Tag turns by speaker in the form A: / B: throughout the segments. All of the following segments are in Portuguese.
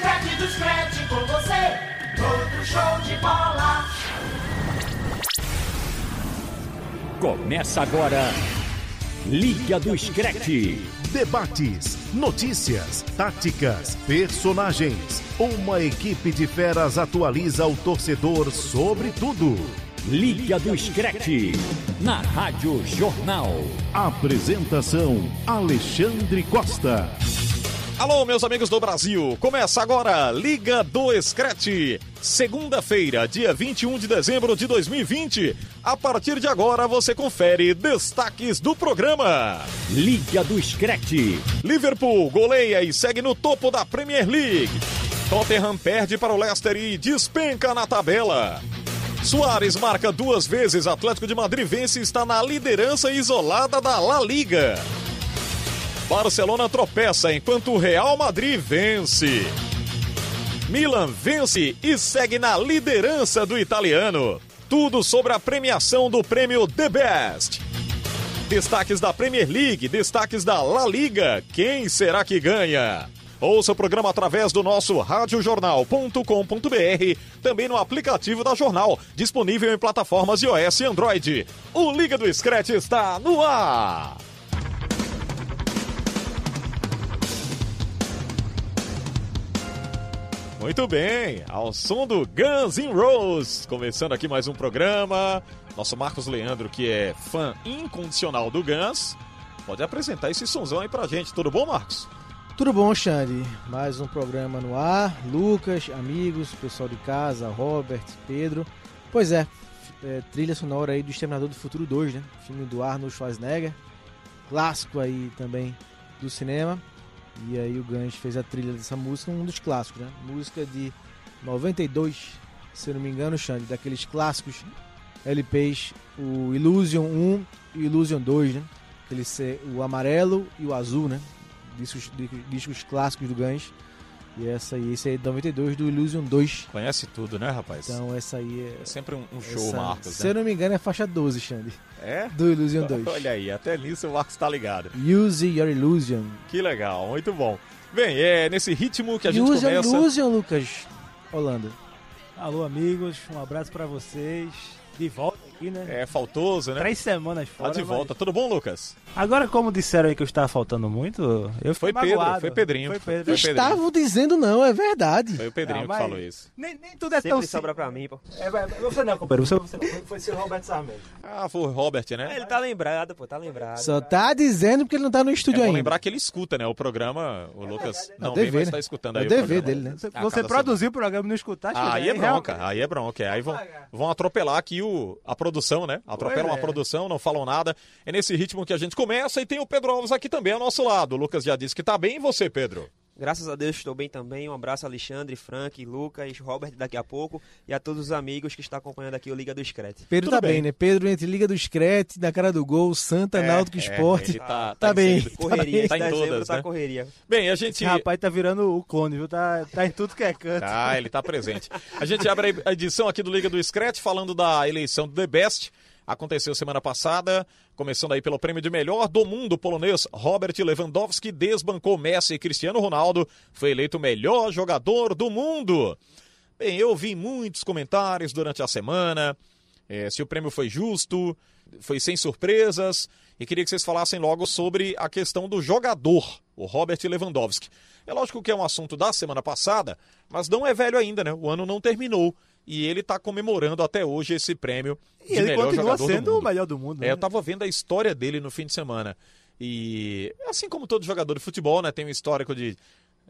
A: tarde do Scratch com você. Todo show de bola.
B: Começa agora. Liga do Screte.
C: Debates, notícias, táticas, personagens. Uma equipe de feras atualiza o torcedor sobre tudo.
B: Liga do Screte. Na Rádio Jornal.
C: Apresentação: Alexandre Costa.
D: Alô, meus amigos do Brasil! Começa agora Liga do Screte. Segunda-feira, dia 21 de dezembro de 2020. A partir de agora você confere destaques do programa.
B: Liga do Screte.
D: Liverpool goleia e segue no topo da Premier League. Tottenham perde para o Leicester e despenca na tabela. Soares marca duas vezes. Atlético de Madrid vence e está na liderança isolada da La Liga. Barcelona tropeça enquanto o Real Madrid vence. Milan vence e segue na liderança do italiano. Tudo sobre a premiação do prêmio The Best. Destaques da Premier League, destaques da La Liga. Quem será que ganha? Ouça o programa através do nosso radiojornal.com.br, também no aplicativo da Jornal, disponível em plataformas iOS e Android. O Liga do Scratch está no ar! Muito bem, ao som do Guns N' Roses, começando aqui mais um programa. Nosso Marcos Leandro, que é fã incondicional do Guns, pode apresentar esse sonzão aí pra gente. Tudo bom, Marcos?
E: Tudo bom, Xande? Mais um programa no ar. Lucas, amigos, pessoal de casa, Robert, Pedro. Pois é, é trilha sonora aí do Exterminador do Futuro 2, né? Filme do Arnold Schwarzenegger. Clássico aí também do cinema. E aí o Guns fez a trilha dessa música, um dos clássicos, né? Música de 92, se não me engano, Xande, daqueles clássicos LPs, o Illusion 1 e o Illusion 2, né? Aquele, o amarelo e o azul, né? Discos, discos clássicos do Guns. E essa aí, esse aí é 92 do Illusion 2.
D: Conhece tudo, né, rapaz?
E: Então essa aí é.
D: é sempre um, um show, essa, Marcos.
E: Se né? eu não me engano, é faixa 12, Xande.
D: É?
E: Do Illusion 2.
D: Olha aí, até nisso o Marcos tá ligado.
E: Use Your Illusion.
D: Que legal, muito bom. Bem, é nesse ritmo que a gente
E: Use
D: começa.
E: Illusion, Lucas Holanda.
F: Alô, amigos, um abraço para vocês. De volta aqui, né?
D: É, faltoso, né?
F: Três semanas fora.
D: Tá de volta. Mas... Tudo bom, Lucas?
F: Agora, como disseram aí que eu estava faltando muito, eu
D: fui Foi
F: magoado.
D: Pedro, foi Pedrinho.
F: Foi
D: Pedro.
F: Foi
D: Pedrinho.
E: Estavam dizendo não, é verdade.
D: Foi o Pedrinho
F: Não,
E: Ah,
D: que
F: mas-
D: falou isso.
F: Nem, nem tudo é
G: Sempre
F: tão
G: sobra pra mim, pô.
F: É, vai- vai- você não, companheiro. Você, você não. foi seu Roberto Sarmento.
D: Ah, foi o Robert, né?
G: Ele tá lembrado, pô, tá lembrado.
E: Só tá dizendo porque ele não tá no
D: É
E: estúdio
D: bom
E: ainda.
D: lembrar que ele escuta, né? O programa, o Lucas
E: É
D: não
E: o
D: vem,
E: dever,
D: mas
E: né?
D: tá escutando
E: É
D: aí
E: o
D: o programa.
E: dever dele, né?
F: Você,
D: Ah,
F: você
D: cada
F: produziu o programa e não escutaste? né?
D: Ah, aí é bronca,
F: realmente-
D: aí é bronca. é. Aí vão,
F: pagar.
D: vão atropelar aqui o, a produção, né? Atropelam
F: Pois
D: a
F: é.
D: produção, não falam nada. É nesse ritmo que a gente começa e tem o Pedro Alves aqui também ao nosso lado. O Lucas já disse que tá bem e você, Pedro?
G: Graças a Deus estou bem também. Um abraço a Alexandre, Frank, Lucas, Robert daqui a pouco e a todos os amigos que estão acompanhando aqui o Liga do Screte.
E: Pedro
D: Tudo
E: tá bem.
D: bem. É,
E: né? Pedro entre Liga do Screte, na cara do gol, Santa, Náutico Esporte.
D: ele tá,
E: Tá bem.
D: sempre-
G: Correria,
D: Tá em
G: esse dezembro
D: todas,
G: tá
D: né?
G: correria.
D: Bem, a gente.
F: Esse rapaz tá virando o clone, viu? Tá, tá em tudo que é canto.
D: Ah, ele tá presente. A gente abre a edição aqui do Liga do Scratch falando da eleição do The Best. Aconteceu semana passada, começando aí pelo prêmio de melhor do mundo polonês, Robert Lewandowski desbancou Messi e Cristiano Ronaldo, foi eleito o melhor jogador do mundo. Bem, eu vi muitos comentários durante a semana, eh, se o prêmio foi justo, foi sem surpresas, e queria que vocês falassem logo sobre a questão do jogador, o Robert Lewandowski. É lógico que é um assunto da semana passada, mas não é velho ainda, né? O ano não terminou. E ele está comemorando até hoje esse prêmio de
F: e ele
D: melhor
F: continua
D: jogador do
F: sendo
D: mundo.
F: o melhor do mundo.
D: É,
F: né?
D: eu tava vendo a história dele no fim de semana. E assim como todo jogador de futebol, né, tem um histórico de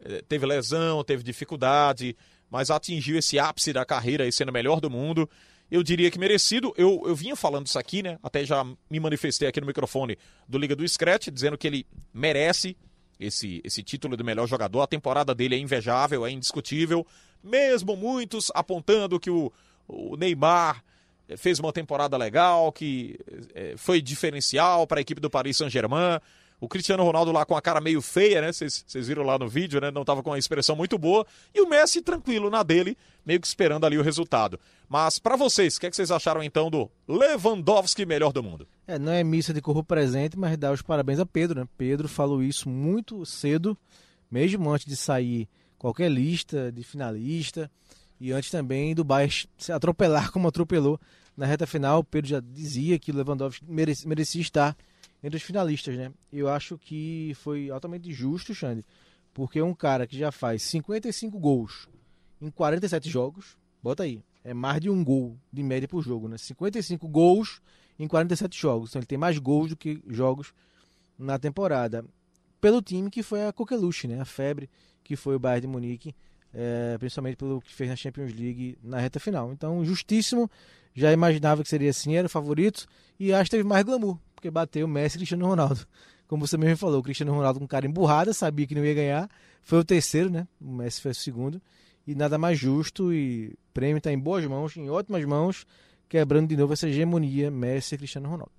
D: eh, teve lesão, teve dificuldade, mas atingiu esse ápice da carreira e sendo o melhor do mundo. Eu diria que merecido. Eu, eu vinha falando isso aqui, né? Até já me manifestei aqui no microfone do Liga do Scratch, dizendo que ele merece esse, esse título do melhor jogador. A temporada dele é invejável, é indiscutível. Mesmo muitos apontando que o, o Neymar eh, fez uma temporada legal, que eh, foi diferencial para a equipe do Paris Saint-Germain. O Cristiano Ronaldo lá com a cara meio feia, né? Vocês vocês viram lá no vídeo, né? Não tava com uma expressão muito boa. E o Messi tranquilo na dele, meio que esperando ali o resultado. Mas para vocês, o que, é que vocês acharam então do Lewandowski melhor do mundo?
E: É, não é missa de corpo presente, mas dá os parabéns a Pedro, né? Pedro falou isso muito cedo, mesmo antes de sair qualquer lista de finalista. E antes também do Bayern se atropelar como atropelou na reta final. O Pedro já dizia que o Lewandowski merece- merecia estar entre os finalistas, né? Eu acho que foi altamente justo, Xande, porque um cara que já faz 55 gols em 47 jogos, bota aí, é mais de um gol de média por jogo, né? 55 gols em 47 jogos, então ele tem mais gols do que jogos na temporada. Pelo time que foi a Coqueluche, né? A febre que foi o Bayern de Munique, eh, principalmente pelo que fez na Champions League na reta final. Então, justíssimo, já imaginava que seria assim, era o favorito, e acho que teve mais glamour, porque bateu o Messi e Cristiano Ronaldo. Como você mesmo falou, o Cristiano Ronaldo com cara emburrada, sabia que não ia ganhar, foi o terceiro, né? O Messi foi o segundo, e nada mais justo, e o prêmio está em boas mãos, em ótimas mãos, quebrando de novo essa hegemonia Messi e Cristiano Ronaldo.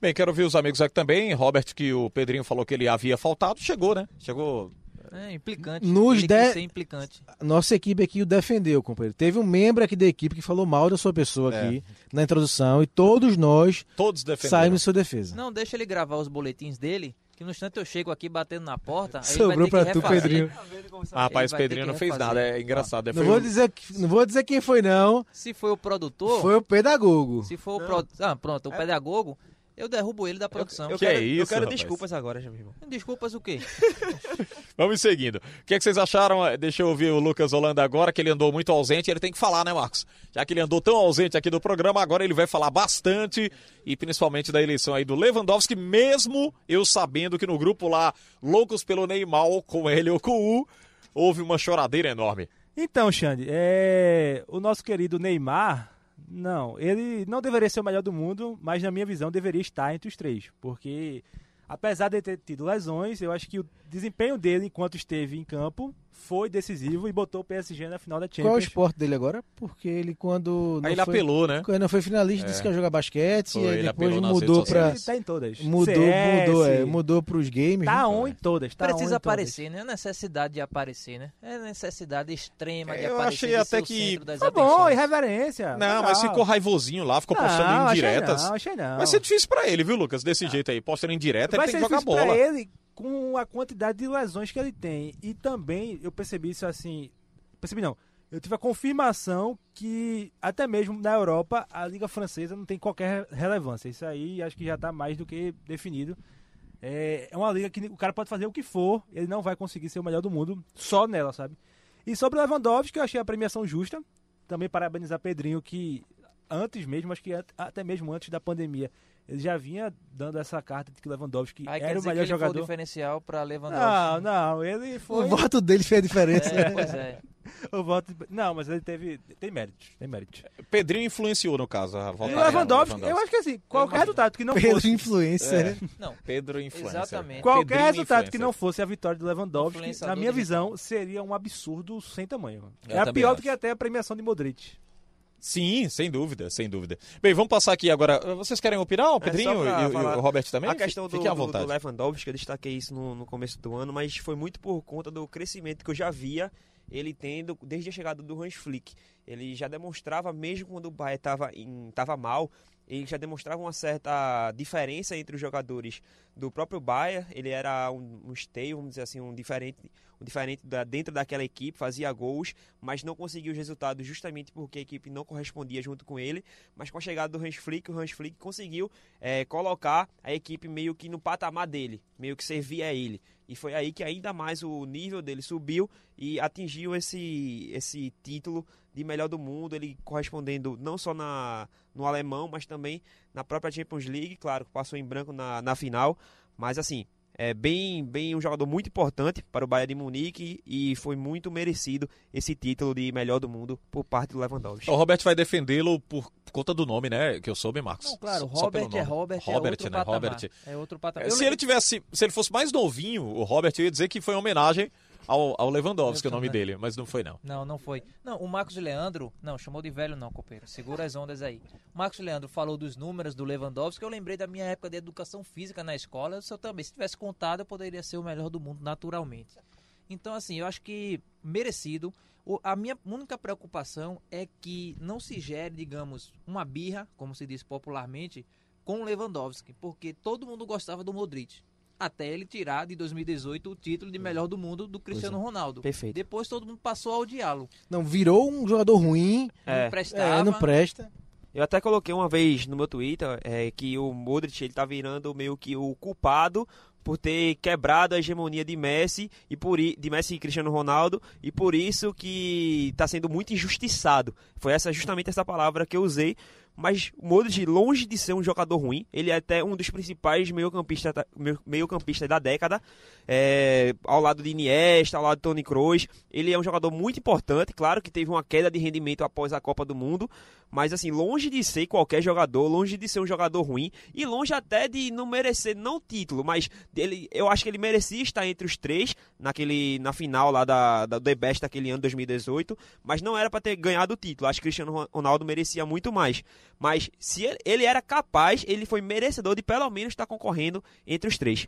D: Bem, quero ver os amigos aqui também. Robert, que o Pedrinho falou que ele havia faltado, chegou, né? Chegou.
H: É implicante.
E: Nos
H: Ele quis
E: de-
H: ser implicante.
E: Nossa equipe aqui o defendeu, companheiro. Teve um membro aqui da equipe que falou mal da sua pessoa
D: É.
E: aqui na introdução e todos nós
D: Todos defenderam.
E: saímos em sua defesa.
H: Não, deixa ele gravar os boletins dele, que no instante eu chego aqui batendo na porta. aí ele vai
E: Sobrou
H: ter que
E: pra tu,
H: refazer.
E: Pedrinho.
D: Ah, rapaz,
H: Ele vai ter
D: Pedrinho
H: que
D: não fez
H: refazer.
D: nada. É engraçado. é,
E: Não
D: foi
E: vou
D: um-
E: dizer, que- não vou dizer quem foi, não.
H: Se foi o produtor,
E: Foi o pedagogo.
H: se foi o pro... Ah, pronto, o pedagogo, eu derrubo ele da produção.
D: Que
G: quero,
D: é
G: eu
D: isso,
G: quero
D: rapaz.
G: desculpas agora, já, meu irmão.
H: Desculpas o quê?
D: Vamos seguindo. O que, é que vocês acharam? Deixa eu ouvir o Lucas Holanda agora, que ele andou muito ausente. Ele tem que falar, né, Marcos? Já que ele andou tão ausente aqui do programa, agora ele vai falar bastante e principalmente da eleição aí do Lewandowski, mesmo eu sabendo que no grupo lá, loucos pelo Neymar, ou com ele ou com o, houve uma choradeira enorme.
F: Então, Xande, é, o nosso querido Neymar, não, ele não deveria ser o melhor do mundo, mas na minha visão deveria estar entre os três, porque apesar de ter tido lesões, eu acho que o desempenho dele enquanto esteve em campo foi decisivo e botou o PSG na final da Champions.
E: Qual é o esporte dele agora? Porque ele quando não
D: Aí ele
E: foi,
D: apelou, né?
E: quando não foi finalista disse que ia jogar basquete
D: Foi,
E: e aí
D: ele
E: depois
D: apelou nas
E: mudou
D: redes
E: para
D: sociais.
F: Ele tá em todas.
E: mudou,
F: CS,
E: mudou, é, mudou pros games. né?
F: Tá on em todas, tá on em
H: Precisa
F: todas.
H: aparecer, né? É necessidade de aparecer, né? É necessidade extrema de
D: Eu
H: aparecer.
D: achei
H: de
D: até
H: ser o
D: que-
H: centro das
F: Tá bom,
H: atenções.
F: irreverência. Tá
D: Não,
F: legal.
D: mas ficou raivosinho lá, ficou
F: Não,
D: postando
F: achei
D: indiretas.
F: Não, achei não.
D: Vai ser difícil pra ele, viu, Lucas? Desse jeito aí, postando indireta, é ele
F: Vai
D: tem
F: ser
D: que jogar
F: difícil pra
D: bola.
F: ele com a quantidade de lesões que ele tem. E também eu percebi isso assim. Percebi não. Eu tive a confirmação que até mesmo na Europa a Liga Francesa não tem qualquer relevância. Isso aí acho que já está mais do que definido. É, é uma liga que o cara pode fazer o que for, ele não vai conseguir ser o melhor do mundo só nela, sabe? E sobre o Lewandowski, eu achei a premiação justa. Também parabenizar Pedrinho, que antes mesmo, acho que at- até mesmo antes da pandemia, ele já vinha dando essa carta de que Lewandowski
H: Aí quer
F: era o
H: dizer
F: melhor
H: que ele foi o
F: jogador.
H: diferencial para Lewandowski.
F: Não, não, ele
E: O
F: foi.
E: voto dele fez a diferença.
H: É, pois é.
F: o voto de- Não, mas ele teve. Tem méritos, tem méritos.
D: Pedrinho influenciou, no caso, a vontade
F: E
D: do
F: o É. Lewandowski, eu acho que assim, qualquer resultado que não
E: Pedro
F: fosse.
D: É.
E: influencer. né?
H: Não,
D: Pedro influencer.
H: Exatamente.
F: Qualquer
D: Pedrinho
F: resultado que
D: influencer.
F: não fosse a vitória de Lewandowski,
H: Influenciador
F: na minha
H: digital.
F: visão, seria um absurdo sem tamanho.
D: Eu
F: Era
D: também
F: pior
D: acho.
F: do que até a premiação de Modric.
D: Sim, sem dúvida, sem dúvida. Bem, vamos passar aqui agora. Vocês querem opinar, o
G: É, só
D: Pedrinho
G: pra
D: e, o- e
G: falar
D: o Robert também? né?
G: A questão do,
D: Fique à
G: do-
D: vontade.
G: do Lewandowski, eu destaquei isso no, no começo do ano, mas foi muito por conta do crescimento que eu já via ele tendo desde a chegada do Hans Flick. Ele já demonstrava, mesmo quando o Bayern estava tava mal, ele já demonstrava uma certa diferença entre os jogadores do próprio Bayern. Ele era um, um esteio, vamos dizer assim, um diferente, um diferente da, dentro daquela equipe, fazia gols, mas não conseguia os resultados justamente porque a equipe não correspondia junto com ele. Mas com a chegada do Hans Flick, o Hans Flick conseguiu é, colocar a equipe meio que no patamar dele, meio que servia a ele. E foi aí que ainda mais o nível dele subiu e atingiu esse, esse título de melhor do mundo, ele correspondendo não só na, no alemão, mas também na própria Champions League, claro, que passou em branco na, na final, mas assim, é bem, bem um jogador muito importante para o Bayern de Munique e foi muito merecido esse título de melhor do mundo por parte do Lewandowski.
D: O Robert vai defendê-lo por conta do nome, né? Que eu soube, Marcos.
H: Não, claro,
D: S- só pelo
H: Robert é
D: nome.
H: Robert, é outro
D: né?
H: patamar.
D: Robert.
H: É outro patamar.
D: É, Se
H: Eu-
D: ele tivesse, se ele fosse mais novinho, o Robert eu ia dizer que foi uma homenagem ao, ao Lewandowski, que é o nome dele, mas não foi não.
H: Não, não foi. Não, o Marcos Leandro. Não, chamou de velho, não, copeiro. Segura as ondas aí. O Marcos Leandro falou dos números do Lewandowski. Eu lembrei da minha época de educação física na escola. Eu só também, se tivesse contado, eu poderia ser o melhor do mundo naturalmente. Então, assim, eu acho que merecido. O- a minha única preocupação é que não se gere, digamos, uma birra, como se diz popularmente, com o Lewandowski, porque todo mundo gostava do Modric. até ele tirar de 2018 o título de melhor do mundo do Cristiano Ronaldo.
G: Perfeito.
H: Depois todo mundo passou a odiá-lo.
E: Não, virou um jogador ruim,
G: É.
H: Prestava.
E: é, não presta.
G: Eu até coloquei uma vez no meu Twitter é, que o Modric ele tá virando meio que o culpado por ter quebrado a hegemonia de Messi e por i- de Messi e Cristiano Ronaldo e por isso que está sendo muito injustiçado. Foi essa justamente essa palavra que eu usei. Mas o Modric, longe de ser um jogador ruim, ele é até um dos principais meio-campistas da- meio- meio-campistas da década, é, ao lado de Iniesta, ao lado de Toni Kroos. Ele é um jogador muito importante, claro que teve uma queda de rendimento após a Copa do Mundo, mas assim, longe de ser qualquer jogador, longe de ser um jogador ruim e longe até de não merecer não título, mas ele, eu acho que ele merecia estar entre os três naquele na final lá da, da do The Best daquele ano 2018, mas não era para ter ganhado o título. Acho que Cristiano Ronaldo merecia muito mais. Mas se ele, ele era capaz, ele foi merecedor de pelo menos estar concorrendo entre os três.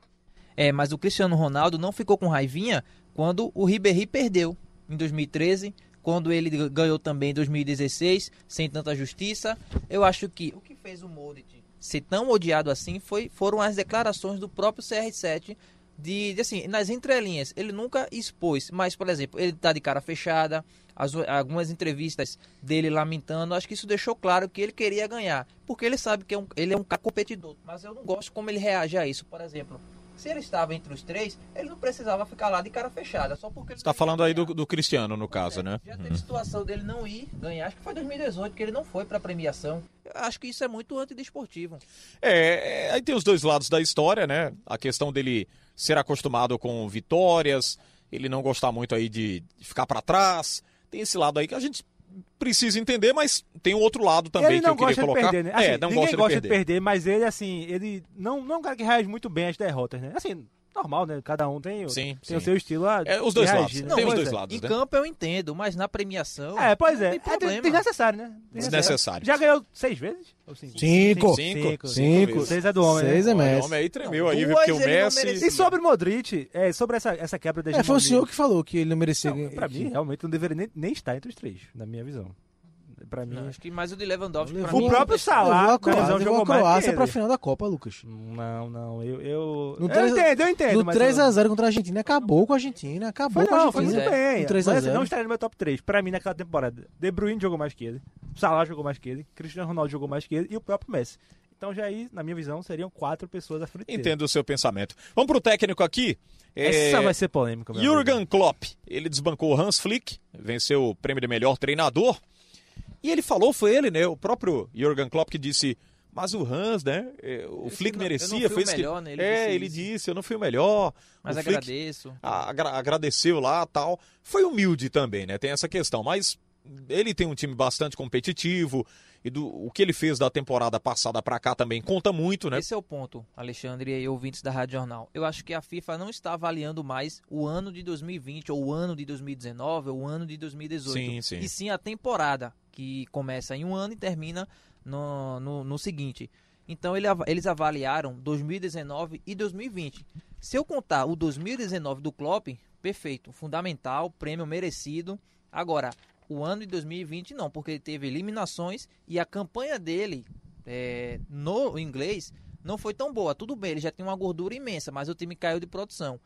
H: É, mas o Cristiano Ronaldo não ficou com raivinha quando o Ribéry perdeu em 2013, quando ele g- ganhou também em 2016, sem tanta justiça. Eu acho que o que fez o Modric ser tão odiado assim foi, foram as declarações do próprio CR7 de, de, assim, nas entrelinhas, ele nunca expôs, mas por exemplo, ele tá de cara fechada, as- algumas entrevistas dele lamentando, acho que isso deixou claro que ele queria ganhar, porque ele sabe que é um- ele é um cara competidor, mas eu não gosto como ele reage a isso, por exemplo. Se ele estava entre os três, ele não precisava ficar lá de cara fechada, só porque ele
D: Você tá
H: queria
D: falando aí
H: ganhar.
D: do, do Cristiano, no caso, né?
H: Já teve situação dele não ir ganhar, acho que foi 2018 que ele não foi pra premiação. Eu acho que isso é muito antidesportivo.
D: É, é, aí tem os dois lados da história, né? A questão dele ser acostumado com vitórias, ele não gostar muito aí de de ficar pra trás. Tem esse lado aí que a gente precisa entender, mas tem o outro lado também
F: ele não
D: que eu queria
F: gosta de
D: colocar.
F: perder, né?
D: é,
F: Assim,
D: não
F: ninguém
D: gosta, de perder.
F: mas ele, assim, ele não, não é um cara que reage muito bem às derrotas, né? Assim, normal, né? Cada um tem, o-
D: Sim,
F: tem o
D: sim.
F: seu estilo a
D: É, os dois
F: de
D: lados.
F: reagir, né?
D: tem os
F: Pois
D: dois
F: é.
D: lados,
H: Em
D: né?
H: campo eu entendo, mas na premiação.
F: É, pois
H: Não
F: é.
H: tem
F: É
H: problema.
F: desnecessário, né?
D: Desnecessário.
F: Já ganhou seis vezes? Ou cinco?
E: Cinco.
F: Cinco.
D: Cinco.
E: Cinco.
D: vezes.
F: Seis é do homem, né?
E: Seis é
D: Olha, O
E: Messi.
D: homem aí tremeu
H: Não,
D: aí, viu?
H: duas
D: Porque o
H: ele não
D: Messi.
H: merecia.
F: E sobre o Modric, é, sobre essa, essa quebra da
E: É, foi o
F: hegemonia-
E: senhor que falou que ele não merecia.
F: Não, pra mim, realmente não deveria nem, nem estar entre os três, na minha visão. Pra mim.
H: Não, acho que mais o de Lewandowski. pra
E: Levou-
H: mim, é
F: o próprio
H: salário.
E: levou a
F: Salah, na
E: Croácia,
F: visão,
E: levou
F: jogou
E: a
F: mais que
E: Croácia
F: ele.
E: pra final da Copa, Lucas.
F: Não, não, eu. Eu,
E: No
F: eu
E: três a-
F: entendo, eu entendo.
E: No
F: mas eu-
E: 3x0 contra a Argentina, acabou com a Argentina, acabou
F: Foi
E: com a
F: não, foi muito
E: Argentina.
H: Pois
F: bem.
E: No 3 a
F: Mas, assim,
E: 0.
F: não estaria no meu top 3. Pra mim, naquela temporada, De Bruyne jogou mais que ele, Salah jogou mais que ele, Cristiano Ronaldo jogou mais que ele e o próprio Messi. Então, já aí, na minha visão, seriam quatro pessoas à frente dele.
D: Entendo o seu pensamento. Vamos pro técnico aqui. É,
F: Essa vai ser polêmica, meu amigo.
D: Jürgen Klopp, ele desbancou o Hans Flick, venceu o prêmio de melhor treinador. E ele falou, foi ele, né? O próprio Jürgen Klopp que disse, mas o Hans, né? é, O Flick
H: Ele disse, "Não, eu não
D: merecia,
H: fui o
D: fez que...
H: melhor, né, ele
D: é,
H: disse
D: ele
H: isso."
D: disse, eu não fui o melhor.
H: Mas
D: o Flick
H: agradeço.
D: agra- agradeceu lá, tal. Foi humilde também, né? Tem essa questão, mas ele tem um time bastante competitivo e do o que ele fez da temporada passada pra cá também conta muito, né?
H: Esse é o ponto, Alexandre e ouvintes da Rádio Jornal. Eu acho que a FIFA não está avaliando mais o ano de 2020, ou o ano de 2019, ou o ano de 2018.
D: Sim, sim.
H: E sim a temporada, que começa em um ano e termina no, no, no seguinte. Então ele av- eles avaliaram 2019 e 2020. Se eu contar o 2019 do Klopp, perfeito, fundamental, prêmio merecido. Agora, o ano de 2020 não, porque ele teve eliminações e a campanha dele é, no inglês não foi tão boa. Tudo bem, ele já tem uma gordura imensa, mas o time caiu de produção.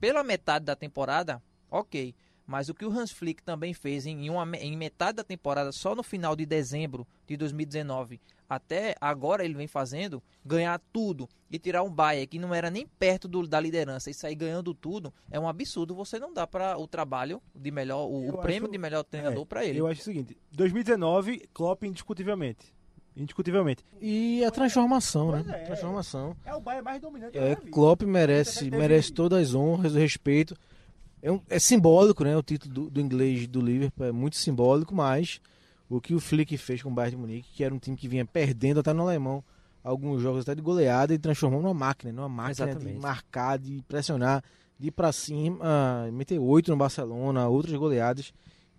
H: Pela metade da temporada, ok. Mas o que o Hans Flick também fez em, uma me- em metade da temporada, só no final de dezembro de 2019, até agora ele vem fazendo, ganhar tudo e tirar um Bayern que não era nem perto do- da liderança e sair ganhando tudo, é um absurdo. Você não dá para o trabalho de melhor, o, o
F: Eu
H: prêmio
F: acho-
H: de melhor treinador
F: É,
H: para ele.
F: Eu acho o seguinte: 2019, Klopp indiscutivelmente. Indiscutivelmente.
E: E a transformação,
F: Pois
E: né?
F: é.
E: Transformação.
F: É o Bayern mais dominante.
E: É, Klopp merece, merece todas as honras, o respeito. É, um- é simbólico, né? O título do, do inglês do Liverpool é muito simbólico, mas o que o Flick fez com o Bayern de Munique, que era um time que vinha perdendo até no alemão alguns jogos até de goleada e transformou numa máquina, numa máquina de
G: Exatamente.
E: marcar, ah, de pressionar, de ir pra cima, meter oito no Barcelona, outras goleadas.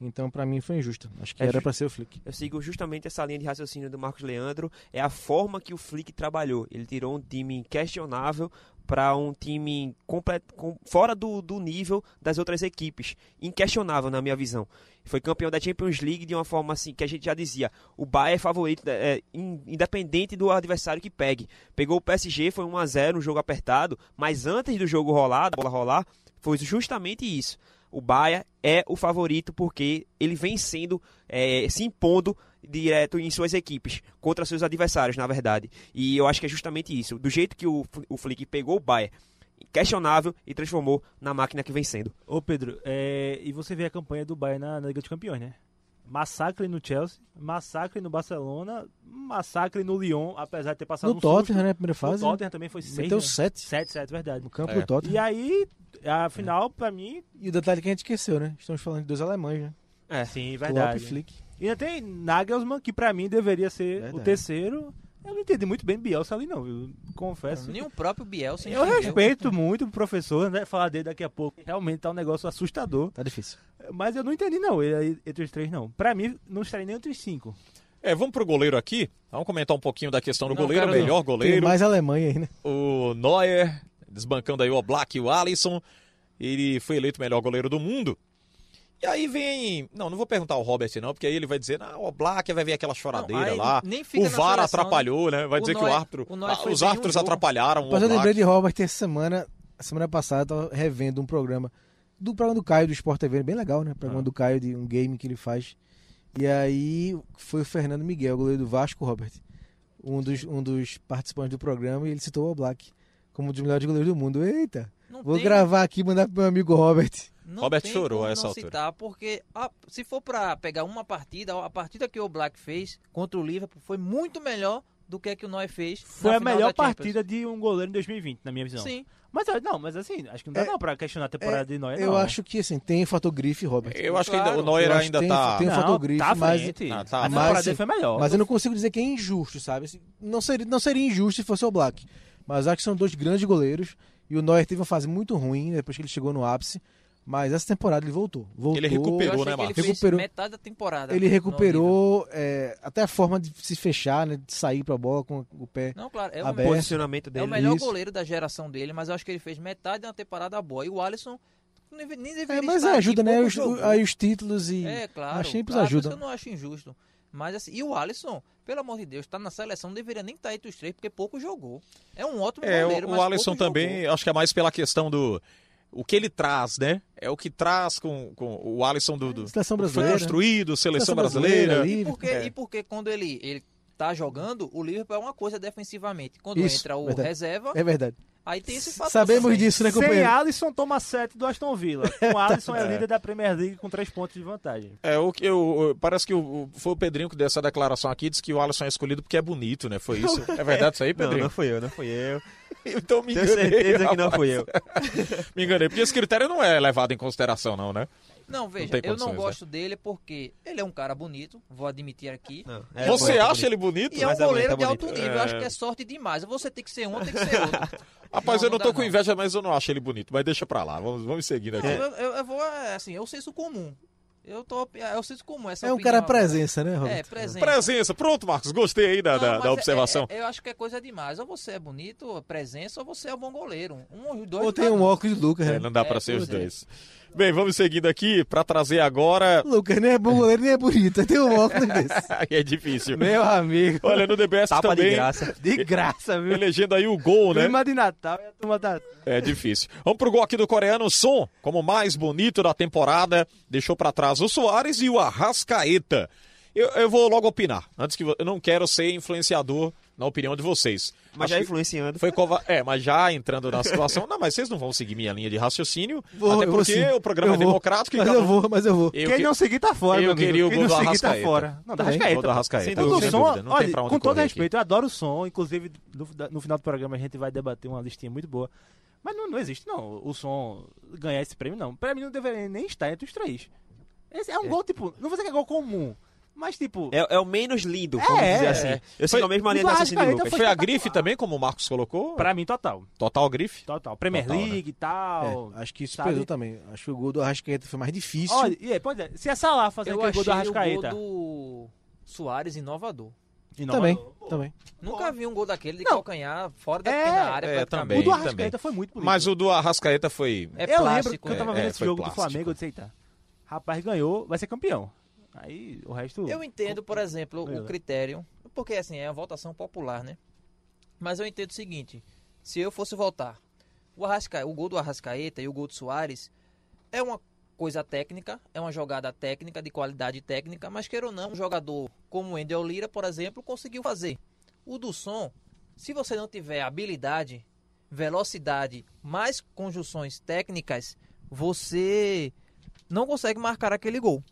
E: Então, pra mim, foi injusto. Acho que
G: É
E: era
G: ju-
E: pra ser o Flick.
G: Eu sigo justamente essa linha de raciocínio do Marcos Leandro. É a forma que o Flick trabalhou. Ele tirou um time questionável para um time comple- com- fora do, do nível das outras equipes. Inquestionável, na minha visão. Foi campeão da Champions League de uma forma assim que a gente já dizia. O Bayern é favorito, é, in- independente do adversário que pegue. Pegou o PSG, foi 1x0, um jogo apertado. Mas antes do jogo rolar, da bola rolar, foi justamente isso. O Bahia é o favorito porque ele vem sendo, eh, se impondo direto em suas equipes, contra seus adversários, na verdade. E eu acho que é justamente isso. Do jeito que o, F- o Flick pegou o Bahia, questionável, e transformou na máquina que vem sendo.
F: Ô Pedro, é, e você vê a campanha do Bayern na, na Liga dos Campeões, né? Massacre no Chelsea, massacre no Barcelona, massacre no Lyon, apesar de ter passado
E: No
F: um susto.
E: Tottenham, né? Primeira
F: O
E: fase.
F: Tottenham também foi né? 6.
E: Meteu sete
F: 7, 7, verdade.
E: no É. campo
D: É.
E: do Tottenham.
F: E aí, a final, pra mim,
E: E o detalhe que a gente esqueceu, né? Estamos falando de dois alemães, né?
G: É.
F: sim,
E: Klopp e
F: verdade. né?
E: Flick.
F: E ainda tem Nagelsmann, que pra mim deveria ser
E: Verdade.
F: o terceiro. Eu não entendi muito bem Bielsa ali, não, viu? Confesso.
H: Nem o próprio Bielsa
F: Eu
H: entendeu.
F: respeito muito o professor, né? Falar dele daqui a pouco. Realmente tá um negócio assustador.
E: Tá difícil.
F: Mas eu não entendi, não, ele- entre os três, não. Pra mim, não estaria nem entre os cinco.
D: É, vamos pro goleiro aqui. Vamos comentar um pouquinho da questão do
H: Não,
D: goleiro.
H: quero não.
D: melhor
E: Tem
D: goleiro,
E: mais Alemanha aí, né?
D: o Neuer, desbancando aí o Black e o Alisson. Ele foi eleito o melhor goleiro do mundo. E aí vem. Não, não vou perguntar ao Robert, não, porque aí ele vai dizer, ah, o Black vai vir aquela choradeira
H: aí
D: lá.
H: nem fica
D: O
H: na
D: VAR
H: seleção,
D: atrapalhou, né? Vai
H: O
D: dizer que o
H: Neuer-
D: árbitro.
H: o Neuer
D: ah,
H: foi
D: os
H: bem um
D: árbitros
H: jogo.
D: atrapalharam o
E: Mas eu lembrei
D: Black.
E: de Robert essa semana, semana passada, eu tava revendo um programa do programa do Caio do Sport TV, bem legal, né? Programa do Caio de um game que ele faz. E aí foi o Fernando Miguel, goleiro do Vasco, Robert, um dos, um dos participantes do programa, e ele citou o Black como um dos melhores goleiros do mundo. Eita,
H: Não
E: vou
H: tem-
E: gravar aqui e mandar pro meu amigo Robert.
H: Não
D: Robert
H: tem
D: chorou
H: como
D: a essa
H: não
D: altura.
H: Citar, porque ah, se for pra pegar uma partida, a partida que o Black fez contra o Liverpool foi muito melhor do que a que o Neuer fez. na
F: Foi a
H: final
F: melhor
H: da Champions.
F: partida de um goleiro em 2020, na minha visão.
H: Sim.
F: Mas ah, não, mas assim, acho que não dá
E: É-
F: não pra questionar a temporada de Neuer,
E: Eu
F: não.
E: acho que assim, tem fator grife, Robert.
D: Eu acho que ainda, o
F: Claro,
D: Neuer
E: eu acho
D: ainda
E: que tem-
D: tá.
E: tem-
F: não,
E: fotogrife,
F: tá à
E: mas-
F: frente.
D: Ah, tá.
F: A
D: Mas,
F: temporada
E: assim,
F: dele foi melhor.
E: Mas eu não consigo dizer que é injusto, sabe? Assim, Não seria, não seria injusto se fosse o Black. Mas acho que são dois grandes goleiros. E o Neuer teve uma fase muito ruim né, depois que ele chegou no ápice. Mas essa temporada ele voltou. voltou
D: Ele
H: Eu
D: recuperou, né,
H: achei que ele
D: Marcos?
H: fez
E: Recuperou.
H: metade da temporada.
E: Ele
H: no nível.
E: recuperou é, até a forma de se fechar, né? De sair pra bola com o pé.
H: Não, claro. É o,
E: Aberto.
G: Posicionamento
H: é o
G: dele.
H: melhor
E: Isso.
H: goleiro da geração dele, mas eu acho que ele fez metade de uma temporada boa. E o Alisson nem nem deveria
E: É, mas
H: estar
E: é,
H: aqui,
E: ajuda, né?
H: pouco
E: Os,
H: jogou.
E: aí os títulos e.
H: É, claro.
E: Mas sempre
H: claro,
E: ajuda.
H: Isso eu não acho injusto. Mas assim, e o Alisson, pelo amor de Deus, tá na seleção, não deveria nem estar entre os três, porque pouco jogou. É um ótimo
D: É,
H: goleiro,
D: o, o
H: mas
D: Alisson
H: pouco
D: também,
H: jogou.
D: acho que é mais pela questão do. O que ele traz, né? É o que traz com, com o Alisson do. do-
E: Seleção
D: o que foi
E: brasileira.
D: construído, seleção
E: né? Seleção
D: brasileira.
E: brasileira,
H: E
E: livre.
H: porque,
D: É.
H: e porque quando ele, ele tá jogando, o Liverpool é uma coisa defensivamente. Quando
E: Isso,
H: entra o
E: verdade.
H: reserva,
E: É verdade.
H: aí tem esse fator.
E: Sabemos
H: também.
E: disso, né,
F: Sem
E: companheiro?
F: Alisson, toma 7 do Aston Villa. Com Alisson é líder da Premier League com 3 pontos de vantagem.
D: É, o que eu, eu- parece que o, o- foi o Pedrinho que deu essa declaração aqui, disse que o Alisson é escolhido porque é bonito, né? Foi isso. É verdade isso aí,
G: Não,
D: Pedrinho?
G: não fui eu, não fui eu.
D: Então me
G: Tenho
D: enganei.
G: certeza que não
D: rapaz.
G: fui eu.
D: Me enganei, porque esse critério não é levado em consideração, não, né?
H: Não, veja,
D: tem
H: eu não
D: condições, né?
H: gosto dele porque ele é um cara bonito, vou admitir aqui.
G: Não, é
D: Você
G: bonito,
D: acha
G: bonito.
D: ele bonito?
H: E é um
G: Mas é bonito,
H: goleiro
G: é
H: de
G: bonito.
H: alto nível, eu acho que é sorte demais. Você tem que ser um, tem que ser outro.
D: Rapaz,
H: Não,
D: eu não
H: não
D: tô
H: dá,
D: com
H: não.
D: inveja, mas eu não acho ele bonito. Mas deixa pra lá, vamos, vamos seguindo aqui.
H: Não, eu, eu- eu vou, é, assim, é o senso comum. Eu tô, é o senso comum, essa
E: É um
H: opinião
E: cara
H: agora.
E: presença, né, Robert?
H: É, presença.
D: Presença, pronto, Marcos, gostei aí da,
H: Não,
D: da,
H: mas
D: da
H: é-
D: observação.
H: é- é- eu acho que é coisa demais. Ou você é bonito, ou presença, ou você é um bom goleiro. Um ou dois.
E: Ou
H: não
E: tem
H: dá,
E: um
H: não.
E: óculos de Lucas,
D: É,
E: né?
D: não dá pra
H: é,
D: ser os
H: pois é.
D: dois. Bem, vamos seguindo aqui pra trazer agora.
E: Lucas nem é bom goleiro, nem é bonito. Tem um óculos desse.
D: Aí é difícil.
E: Meu amigo.
D: Olha, no The Best
G: Né? Tapa de
D: também,
G: graça.
F: De graça, viu?
D: elegendo aí o gol, né?
F: Clima de Natal e a turma tá...
D: É difícil. Vamos pro gol aqui do coreano Son, como o mais bonito da temporada, deixou pra trás o Soares e o Arrascaeta. Eu, eu vou logo opinar, antes que vo- eu não quero ser influenciador na opinião de vocês.
G: Mas
D: Acho
G: já
D: que
G: influenciando.
D: foi cova... É, mas já entrando na situação, não, mas vocês não vão seguir minha linha de raciocínio,
E: Vou,
D: até
E: eu vou
D: porque
E: sim.
D: o programa
E: Eu
D: é
E: vou.
D: democrático e
E: Mas
D: cada
E: eu
D: um-
E: vou, mas eu vou.
D: Eu
F: Quem
D: que-
F: não seguir tá fora,
D: eu
F: meu amigo.
D: queria o
F: Quem
D: gol
F: não
D: do
F: seguir tá
D: Arrascaeta.
F: fora. Não,
E: Tá
F: da
E: bem.
F: Arrascaeta.
D: Gol do Arrascaeta,
F: Sem dúvida,
D: sem
F: o som-
D: dúvida, não tem
F: olha,
D: pra onde
F: com todo
D: correr
F: respeito, eu adoro o som. Inclusive, no, no final do programa a gente vai debater uma listinha muito boa. Mas não, não existe, não, o som ganhar esse prêmio, não. Pra mim não deveria nem estar entre os três. Esse é um gol, tipo, não vou dizer que é gol comum. Mas, tipo,
G: É, é o menos lindo, vamos
F: É,
G: dizer
F: é,
G: assim.
D: é.
G: Eu
D: Foi-
G: sigo a mesma linha
F: o
G: de raciocínio de
F: Arrascaeta
G: Lucas.
D: Foi a grife também, como o Marcos colocou?
F: pra mim, total.
D: Total grife?
F: Total. Premier
D: Total, né?
F: League e tal.
E: É, acho que isso
F: sabe?
E: pesou também. Acho que o gol do Arrascaeta foi mais difícil.
F: Olha, e aí, pois é. Se a Salah fazer
H: Eu
F: aquele
H: achei
F: gol do Arrascaeta.
H: o gol do Soares inovador.
E: também, também.
H: Nunca vi um gol daquele de
F: Não.
H: calcanhar fora da
F: É,
H: pequena área
D: é,
H: praticamente.
D: também.
F: o do Arrascaeta foi muito bonito.
D: Mas o do Arrascaeta foi.
H: É
F: eu lembro
H: plástico.
F: que eu tava
H: é.
F: vendo
D: é,
F: esse
D: foi
F: jogo
D: plástico.
F: do Flamengo, eu disse, eita, rapaz ganhou, vai ser campeão. Aí o resto.
H: Eu entendo, por exemplo,
F: Beleza.
H: o critério, porque assim, é a votação popular, né? Mas eu entendo o seguinte, se eu fosse votar, o, Arrasca, o gol do Arrascaeta e o gol do Soares é uma coisa técnica, é uma jogada técnica, de qualidade técnica, mas queira ou não, um jogador como o Endel Lira, por exemplo, conseguiu fazer. O do som, se você não tiver habilidade, velocidade, mais conjunções técnicas, você não consegue marcar aquele gol.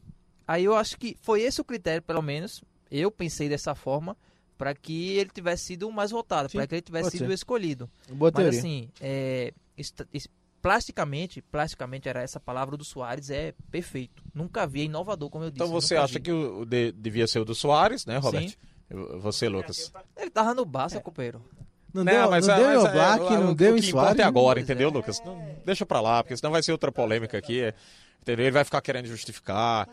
H: Aí eu acho que foi esse o critério, pelo menos, eu pensei dessa forma, para que ele tivesse sido o mais votado, para que ele tivesse
E: pode
H: sido
E: ser.
H: escolhido.
E: Boa
H: Mas
E: teoria.
H: assim, é, est- es- plasticamente, plasticamente era essa palavra do Soares, é perfeito. Nunca vi, é inovador, como eu disse.
D: Então você
H: nunca
D: acha
H: vi.
D: que o o de- devia ser o do Soares, né, Robert?
H: Sim.
D: Eu- Você, Lucas.
H: Ele tava no Barça,
D: É.
H: companheiro.
E: Não
D: Né,
E: deu, não deu em
D: é,
E: Oblak,
D: o-
E: não
D: o
E: deu em
D: que importa
E: Suárez.
D: é agora,
H: Pois é.
D: entendeu, Lucas? Não, deixa pra lá, porque senão vai ser outra polêmica aqui. é, entendeu? Ele vai ficar querendo justificar.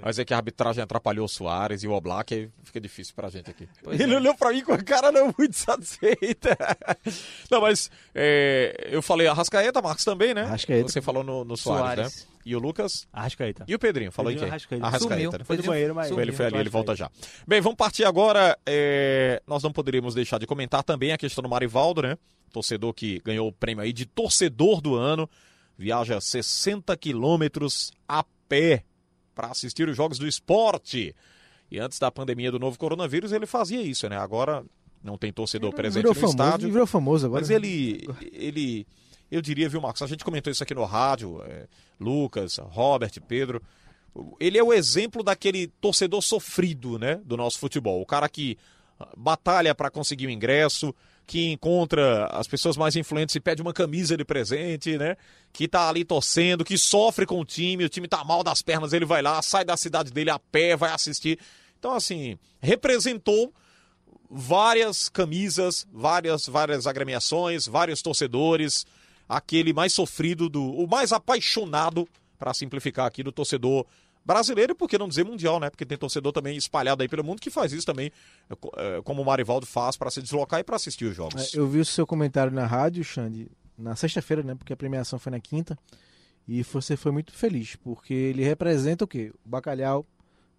D: Vai dizer que a arbitragem atrapalhou o Soares e o Oblak, aí fica difícil pra gente aqui.
H: Pois
D: Ele
H: é.
D: olhou pra mim com a cara não muito satisfeita. Não, mas é, eu falei Arrascaeta, Marcos também, né?
E: Arrascaeta.
D: Você falou no, no Soares,
H: Soares.
D: né? E o Lucas?
F: Arrascaeta.
D: E o Pedrinho? Falou em quem?
F: Pedrinho Arrascaeta.
H: Sumiu.
D: né?
F: Foi do
H: Pedrinho
F: banheiro, mas.
D: Ele foi ali, ele volta já. Bem, vamos partir agora. é, Nós não poderíamos deixar de comentar também a questão do Marivaldo, né? Torcedor que ganhou o prêmio aí de torcedor do ano. Viaja 60 quilômetros a pé para assistir os Jogos do Esporte. E antes da pandemia do novo coronavírus, ele fazia isso, né? Agora não tem torcedor presente
E: Virou
D: no
E: famoso,
D: estádio.
E: virou famoso agora.
D: Mas ele, ele, eu diria, viu, Marcos? A gente comentou isso aqui no rádio, é, Lucas, Robert, Pedro. Ele é o exemplo daquele torcedor sofrido, né, do nosso futebol. O cara que ah, batalha para conseguir o ingresso, que encontra as pessoas mais influentes e pede uma camisa de presente, né? Que tá ali torcendo, que sofre com o time, o time tá mal das pernas, ele vai lá, sai da cidade dele a pé, vai assistir. Então, assim, representou várias camisas, várias várias agremiações, vários torcedores, aquele mais sofrido do, o mais apaixonado, para simplificar aqui, do torcedor brasileiro, e por que não dizer mundial, né? Porque tem torcedor também espalhado aí pelo mundo que faz isso também, eh, co- eh, como o Marivaldo faz para se deslocar e para assistir os jogos.
E: É, Eu vi o seu comentário na rádio, Xande, na sexta-feira, né? Porque a premiação foi na quinta. E você foi muito feliz, porque ele representa o quê? O Bacalhau,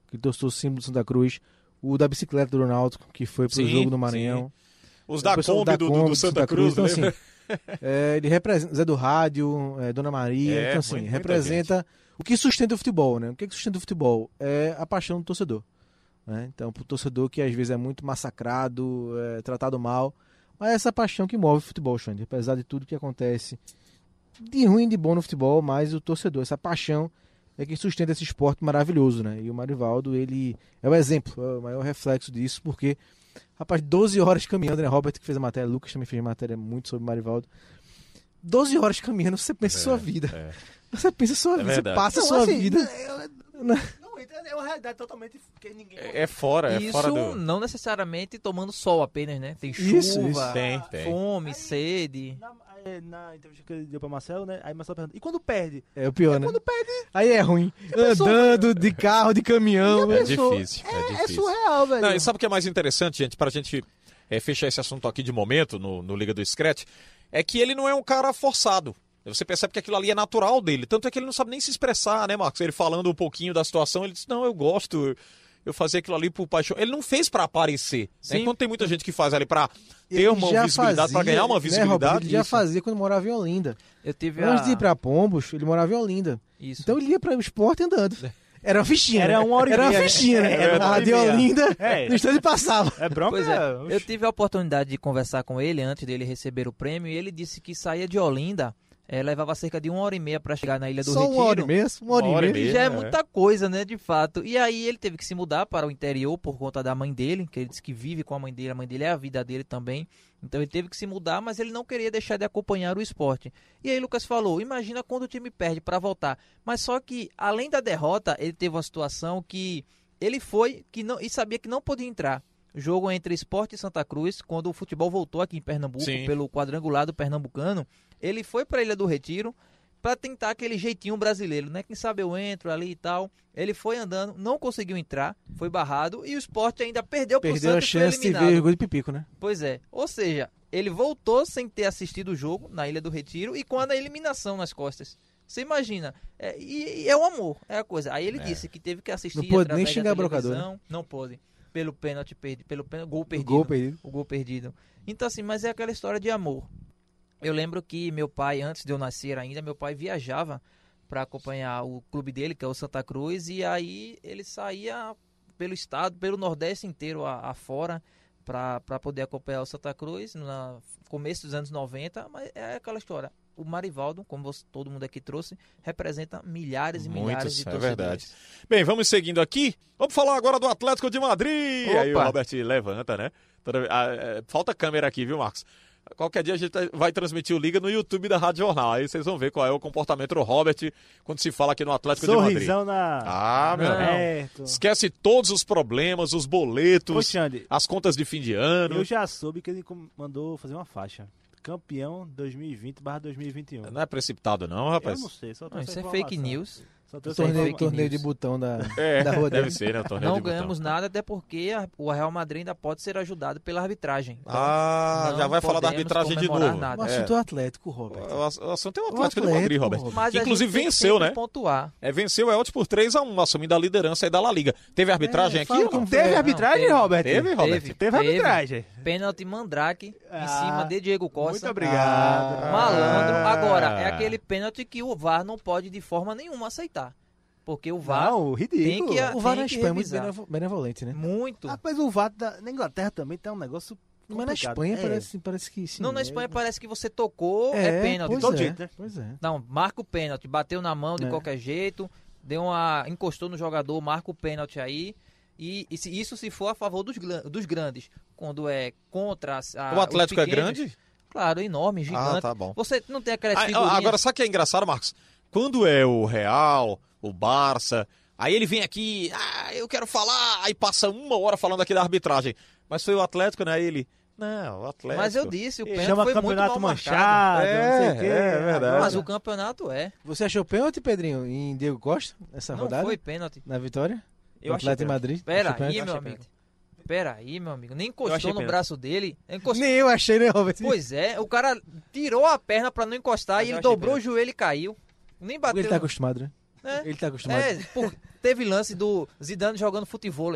E: que torceu o símbolo do Santa Cruz, o da bicicleta do Náutico, que foi pro
D: Sim,
E: jogo do Maranhão.
D: Os
E: o
D: da
E: pessoal
D: Kombi, do, do- do
E: Kombi,
D: Santa, Cruz, né?
E: Então,
D: lembra?
E: assim, é, ele representa Zé do Rádio, é, Dona Maria,
D: É,
E: então assim,
D: muito- muita
E: representa o que sustenta o futebol, né? O que, que sustenta o futebol? É a paixão do torcedor. né? Então, pro torcedor que às vezes é muito massacrado, é, tratado mal, mas é essa paixão que move o futebol, Xande, apesar de tudo que acontece de ruim e de bom no futebol, mas o torcedor, essa paixão é que sustenta esse esporte maravilhoso, né? E o Marivaldo, ele é o exemplo, é o maior reflexo disso, porque, rapaz, 12 horas caminhando, né? Robert que fez a matéria, Lucas também fez matéria muito sobre o Marivaldo. 12 horas caminhando, você pensa em sua vida.
D: é.
E: Você pensa em sua vida, você
D: verdade.
E: passa a sua vida.
F: Não, é uma realidade totalmente que ninguém.
E: assim.
D: É é fora, é
H: Isso
D: fora do...
H: não necessariamente tomando sol apenas, né? Tem chuva,
E: Isso, isso.
D: Tem, tem.
H: fome, sede.
F: Na, é, na entrevista que ele deu pra Marcelo, né? Aí Marcelo pergunta: e quando perde?
E: É o pior, né?
F: Quando perde
E: Aí é ruim. Andando de carro, de caminhão.
D: É
E: É
D: difícil, é,
F: é,
D: difícil.
F: surreal, velho.
D: Não, e sabe o que é mais interessante, gente, pra gente eh, fechar esse assunto aqui de momento no, no Liga do Scratch? É que ele não é um cara forçado. Você percebe que aquilo ali é natural dele. Tanto é que ele não sabe nem se expressar, né, Marcos? Ele falando um pouquinho da situação, ele disse: Não, eu gosto, eu fazia aquilo ali por paixão. Ele não fez pra aparecer. Né?
H: Sim.
D: Enquanto tem muita gente que faz ali pra
E: Ele
D: ter uma
E: já
D: visibilidade, pra
E: fazia,
D: ganhar uma
E: né, Robert?
D: visibilidade.
E: ele já
D: Isso. é
E: fazia quando morava em Olinda.
H: Eu tive
E: Antes
H: a...
E: de ir pra Pombos, ele morava em Olinda.
H: Isso.
E: Então ele ia pra o esporte andando. Era uma fichinha.
F: Era
E: né?
F: uma hora e
E: Era uma
F: meia, né?
E: fichinha, né?
F: Era uma hora
E: a
F: e
E: de
F: meia.
E: Olinda,
F: É.
E: no instante passava.
F: É bronca?
H: Pois é,
F: oxi.
H: eu tive a oportunidade de conversar com ele antes dele receber o prêmio e ele disse que saía de Olinda, eh, levava cerca de uma hora e meia pra chegar na Ilha do
E: Só
H: Retiro.
E: uma hora e meia, uma hora, e meia.
H: Que já é
D: É.
H: muita coisa, né, de fato. E aí ele teve que se mudar para o interior por conta da mãe dele, que ele disse que vive com a mãe dele, a mãe dele é a vida dele também. Então ele teve que se mudar, mas ele não queria deixar de acompanhar o esporte. E aí Lucas falou: "Imagina quando o time perde para voltar". Mas só que além da derrota, ele teve uma situação que Ele foi que não, e sabia que não podia entrar. Jogo entre Esporte e Santa Cruz, quando o futebol voltou aqui em Pernambuco,
D: Sim.
H: pelo quadrangular do Pernambucano, ele foi para a Ilha do Retiro para tentar aquele jeitinho brasileiro, né? Quem sabe eu entro ali e tal. Ele foi andando, não conseguiu entrar, foi barrado e o Esporte ainda perdeu, pro
E: Perdeu a
H: Santos e foi
E: chance de
H: eliminado.
E: ver o gol de Pipico, né?
H: Pois é. Ou seja, ele voltou sem ter assistido o jogo na Ilha do Retiro e com a eliminação nas costas. Você imagina. É, e, e é o amor, é a coisa. Aí ele disse que teve que assistir.
E: Não pôde nem
H: através da
E: xingar brocador, né?
H: televisão. Não pôde. Pelo pênalti perdido, pelo pênalti, gol
E: O
H: perdido.
E: Gol perdido.
H: O gol perdido. Então, assim, mas é aquela história de amor. Eu lembro que meu pai, antes de eu nascer ainda, meu pai viajava para acompanhar o clube dele, que é o Santa Cruz, e aí ele saía pelo estado, pelo Nordeste inteiro a- afora, para poder acompanhar o Santa Cruz no começo dos anos 90, mas é aquela história. O Marivaldo, como você- todo mundo aqui trouxe, representa milhares e
D: Muitos,
H: milhares de
D: é
H: torcedores.
D: verdade. Bem, vamos seguindo aqui. Vamos falar agora do Atlético de Madrid.
H: Opa.
D: Aí o Robert levanta, né? Toda- ah, é, Falta câmera aqui, viu, Marcos? Qualquer dia a gente tá- vai transmitir o Liga no YouTube da Rádio Jornal. Aí vocês vão ver qual é o comportamento do Robert quando se fala aqui no Atlético de Madrid.
F: Sorrisão É. na.
D: Ah, meu
H: Não.
D: amigo.
F: Certo.
D: Esquece todos os problemas, os
F: Ô,
D: boletos,
F: Xande,
D: as contas de fim de ano.
F: eu já soube que ele com- mandou fazer uma faixa. Campeão 2020 barra 2021.
D: Não é precipitado, não, rapaz.
F: Eu não sei, só
H: Não,
F: trouxe
H: isso
F: a
H: é fake
F: informação.
H: news.
F: Só trouxe a
E: Torneio,
F: informa-
E: torneio de
H: News.
E: botão da,
D: É,
E: da rodada.
D: deve ser, né? O torneio
H: Não
D: de botão.
H: ganhamos nada, até porque a- o Real Madrid ainda pode ser ajudado pela arbitragem.
D: Ah,
H: Não
D: já vai falar da
H: podemos
D: arbitragem de
H: comemorar
D: novo.
H: nada.
E: O assunto é o Atlético, Robert.
D: O ass- o assunto é o
E: O
D: Atlético, de Madrid, Robert.
E: Robert.
H: Mas a
D: Inclusive,
H: gente tem que
D: venceu,
H: sempre
D: né?
H: pontuar.
D: É, venceu o Elche por 3x1, assumindo a liderança aí da La Liga. Teve arbitragem
E: É,
D: aqui?
E: fala
D: ou não?
E: como foi.
F: Teve
H: Não,
F: arbitragem,
H: teve.
F: Robert?
D: Teve, Robert?
H: Teve.
F: Teve arbitragem.
H: Pênalti Mandrake em
F: Ah,
H: cima de Diego
F: Muito
H: Costa.
F: obrigado.
D: Ah.
H: Malandro.
D: Ah.
H: Agora, é aquele pênalti que o VAR não pode de forma nenhuma aceitar. Porque o VAR
F: Não,
H: tem
F: ridículo.
H: que.
E: O VAR na
H: tem que
E: Espanha é muito
H: revisar.
E: benevo- benevolente, né?
H: Muito.
F: Rapaz, o VAR da... na Inglaterra também tá um negócio.
E: Mas na
F: complicado.
E: Espanha
F: É.
E: parece, parece que sim.
H: não, na Espanha parece que você tocou, é, pênalti.
E: Pois
F: Todo
E: é,
F: jeito, né?
E: Pois é.
H: Não, marca o pênalti. Bateu na mão de
E: É.
H: qualquer jeito, deu uma. encostou no jogador, marca o pênalti aí. E, e se- isso se for a favor dos, glan- dos grandes. Quando é contra as- a-
D: O Atlético
H: os
D: é
H: pequenos,
D: grande?
H: Claro, enorme, gigante.
D: Ah, tá bom.
H: Você não tem aquelas
D: Ah,
H: né? figurinhas...
D: agora, sabe o que é engraçado, Marcos? Quando é o Real, o Barça, aí ele vem aqui, ah, eu quero falar, aí passa uma hora falando aqui da arbitragem. Mas foi o Atlético, né? Aí Ele, não, o Atlético.
H: Mas eu disse, o pênalti
F: Chama
H: foi muito mal
F: campeonato
H: marcado.
F: manchado, não sei
D: É,
F: o quê.
D: é verdade.
H: Mas o campeonato é.
E: Você achou pênalti, Pedrinho, em Diego Costa, nessa
H: não
E: rodada?
H: foi pênalti.
E: Na vitória?
G: Eu é.
E: do Atlético
G: achei
E: de
G: pênalti.
E: Madrid?
H: Pera
E: Achou
H: aí,
E: pênalti?
H: meu
G: achei
H: amigo.
G: pênalti.
H: Pera aí, meu amigo. Nem
G: achei
H: encostou no
G: pênalti.
H: braço dele. Encostou...
E: Nem eu achei, né, Robert?
H: Pois é, o cara tirou a perna pra não encostar
G: Mas
H: e
G: eu
H: ele
G: achei
H: dobrou
G: pênalti.
H: o joelho e caiu.
E: Porque
H: Nem bateu.
E: ele tá
H: no-
E: acostumado, né?
H: É.
E: Ele tá acostumado.
H: É, por- teve lance do Zidane jogando futebol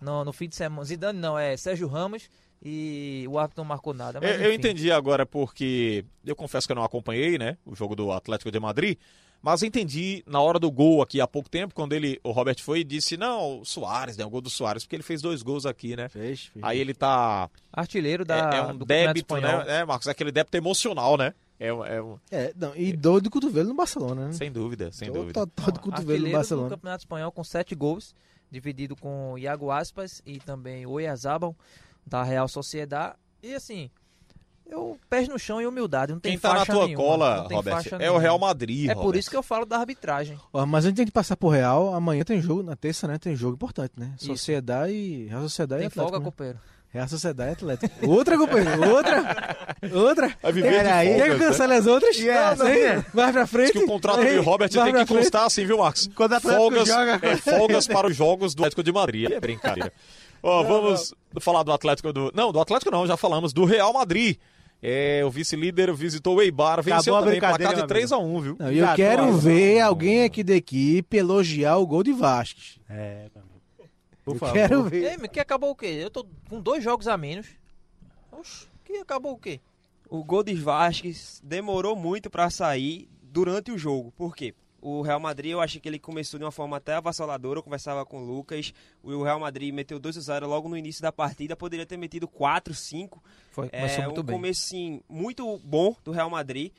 H: no, no fim de semana. Zidane não, é Sérgio Ramos e o árbitro não marcou nada. mas
D: Eu, eu
H: enfim.
D: entendi agora porque eu confesso que eu não acompanhei, né, o jogo do Atlético de Madrid, mas entendi na hora do gol aqui há pouco tempo quando ele, o Robert foi e disse não, o Soares, né, o gol do Soares porque ele fez dois gols aqui, né?
E: Fez, fez.
D: Aí ele tá
H: Artilheiro da,
D: é, é um
H: do Campeonato
D: débito,
H: Espanhol.
D: né, é, Marcos, é aquele débito emocional, né? É, um- é um-
E: É, não, e dor do cotovelo no Barcelona,
H: Hum.
E: né?
D: sem dúvida, sem
E: Dor
D: dúvida.
E: Total do cotovelo no
H: Artilheiro do
E: Barcelona.
H: Campeonato Espanhol com sete gols, dividido com Iago Aspas e também Oyarzabal, da Real Sociedade. E assim, eu pés no chão e humildade, não tem
D: Quem tá na
H: faixa
D: tua
H: nenhuma,
D: cola,
H: não tem
D: Robert,
H: faixa
D: é o Real
H: nenhuma.
D: Madrid,
H: É por
D: Robert.
H: isso que eu falo da arbitragem.
D: Tá
E: Ó, mas a gente tem que passar pro Real. Amanhã tem jogo, na terça, né? Tem jogo importante, né?
H: Isso.
E: Sociedade e. Real Sociedade e
H: Tem
E: Atlético.
H: folga,
E: né?
H: companheiro.
E: Real Sociedade e Atlético. Outra, companheiro. Outra. Outra.
D: Vai viver de
E: Peraí,
D: folgas,
E: Quer que cancele as outras?
F: Yes,
E: não, não.
F: yes.
E: Mais pra
D: Diz
E: frente.
D: que o contrato
E: Aí,
D: do Robert
E: mais
D: tem
E: pra
D: que
E: frente.
D: constar assim, viu, Marcos?
F: Quando o Atlético
D: folgas,
F: joga-
D: é, folgas para os jogos do Atlético de Madrid. É brincadeira. Ó, vamos falar do Atlético do. Não, do Atlético não, já falamos. Do Real Madrid. É, o vice-líder visitou o Eibar, venceu
F: a
D: também
F: brincadeira,
D: placar de
F: meu
D: 3x1, viu?
E: Não, e eu
F: Já
E: quero
F: adoro.
E: ver alguém aqui da equipe elogiar o gol de Vasquez.
F: É, meu amigo. Por
E: eu
F: favor.
E: quero
H: E
E: ver.
H: aí, meu, que acabou o quê? Eu tô com dois jogos a menos. Oxe, que acabou o quê?
G: O gol de Vasquez demorou muito pra sair durante o jogo. Por quê? O Real Madrid, eu achei que ele começou de uma forma até avassaladora. Eu conversava com o Lucas. O Real Madrid meteu 2 a 0 logo no início da partida. Poderia ter metido 4, 5.
H: Foi, começou
G: É
H: muito
G: um
H: bem.
G: começo sim, muito bom do Real Madrid.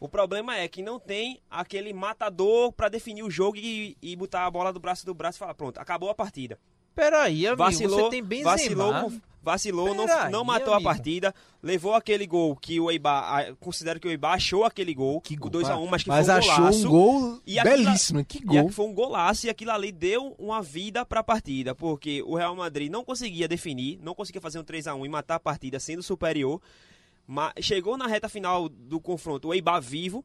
G: O problema é que não tem aquele matador pra definir o jogo e, e botar a bola do braço do braço e falar, pronto, acabou a partida.
H: Peraí, amigo,
G: vacilou,
H: você tem Benzema.
G: vacilou, com- vacilou não,
H: Peraí,
G: não matou
H: amigo.
G: a partida, levou aquele gol que o Eibar, a- considero que o Eibar achou aquele gol,
I: Que
G: o
I: gol,
G: 2x1, mas que
I: Mas
G: foi um
I: achou
G: golaço.
I: um gol
G: E aquilo-
I: belíssimo. Que
G: E
I: gol.
G: aqui foi um golaço e aquilo ali deu uma vida para a partida, porque o Real Madrid não conseguia definir, não conseguia fazer um 3 a 1 e matar a partida sendo superior. Mas chegou na reta final do confronto o Eibar vivo,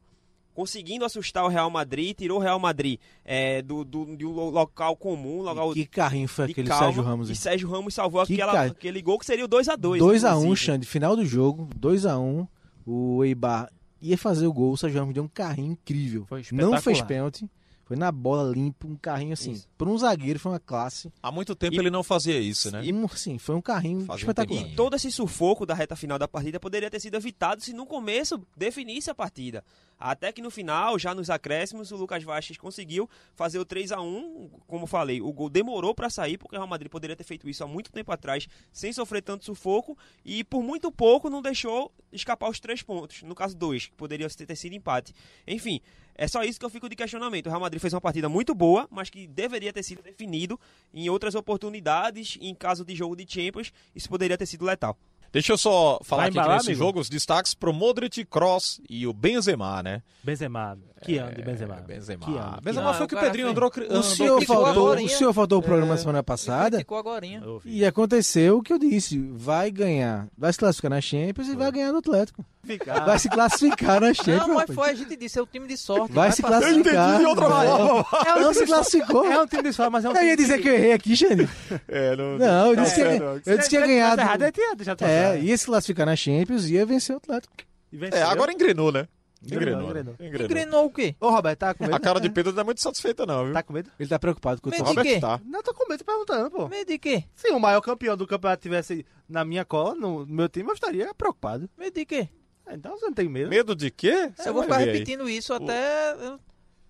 G: conseguindo assustar o Real Madrid, tirou o Real Madrid eh, do, do, de um lo- local comum, local
E: Que carrinho foi
G: de
E: aquele
G: calma,
E: Sérgio Ramos?
G: E
E: hein?
G: Sérgio Ramos salvou
E: Que
G: aquela-
E: cara-
G: aquele gol que seria o 2 a né, 2
E: 2x1,
G: inclusive.
E: Xande, final do jogo, 2x1, o Eibar ia fazer o gol, o Sérgio Ramos deu um carrinho incrível.
I: Foi
E: Não fez
I: espetacular.
E: pênalti, foi na bola limpo, um carrinho assim,
G: Isso.
E: para um zagueiro foi uma classe,
D: Há muito tempo
G: E-
D: ele não fazia isso, né?
E: e um- assim, foi um carrinho
D: Fazia um
E: espetacular.
D: tempinho.
G: Todo esse sufoco da reta final da partida poderia ter sido evitado se no começo definisse a partida. Até que no final, já nos acréscimos, o Lucas Vasquez conseguiu fazer o 3 a 1 Como falei, o gol demorou para sair, porque o Real Madrid poderia ter feito isso há muito tempo atrás, sem sofrer tanto sufoco, e por muito pouco não deixou escapar os três pontos. No caso, dois, que poderiam ter ter sido empate. Enfim, é só isso que eu fico de questionamento. O Real Madrid fez uma partida muito boa, mas que deveria ter sido definido em outras oportunidades, em caso de jogo de Champions, isso poderia ter sido letal.
D: Deixa eu só falar
F: Vai
D: aqui
F: embalar,
D: nesse
F: amigo?
D: jogo os destaques pro Modric, Cross e o Benzema, né?
F: Benzema. Que
E: É,
F: ano de Benzema.
D: Benzema.
F: Que ano.
D: Benzema
H: Ah,
D: foi
H: o
D: que o
H: cara
D: Pedrinho
H: fez.
D: andou, cri-
E: O
D: andou
E: senhor,
D: criticando.
E: faltou,
H: agora,
E: o
H: hein?
E: senhor faltou o programa
H: É,
E: semana
H: Ele
E: passada
H: criticou agorinha.
F: Eu ouvi.
E: e aconteceu o que eu disse, vai ganhar, vai se classificar na Champions e vai ganhar do Atlético. Vai se classificar na Champions,
H: Ah, Não, mas
E: rapaz.
H: foi, a gente disse, é o time de sorte.
E: vai se classificar. Vai. Não se classificou.
F: É um time de só, mas é um
E: Eu ia dizer que eu errei aqui, Xande.
D: É, não,
E: Não, eu disse que,
D: é,
E: eu disse que ia ganhar. do-
F: tá Errado, eu tinha deixado
E: É,
F: passar.
E: ia se classificar na Champions e ia vencer o Atlético.
F: E
D: É,
F: venceu.
D: agora engrenou, né?
F: Engrenou,
D: Engrenou.
F: engrenou.
D: né? Engrenou.
H: Engrenou o quê?
F: Ô, Roberto, tá com medo?
D: A cara de Pedro não é muito satisfeita, não, viu?
F: Tá com medo?
E: Ele tá preocupado com o
H: Mas
E: Tom
H: de
D: Robert
H: quê?
D: tá.
F: Não, tô com medo perguntando, pô.
H: Medo de quê?
F: Se o maior campeão do campeonato tivesse na minha cola, no meu time, eu estaria preocupado.
H: Medo de quê?
F: Ah, Então você não tem medo.
D: Medo de quê? Você
H: eu vou
D: vai
H: ficar
D: ver aí.
H: repetindo isso até,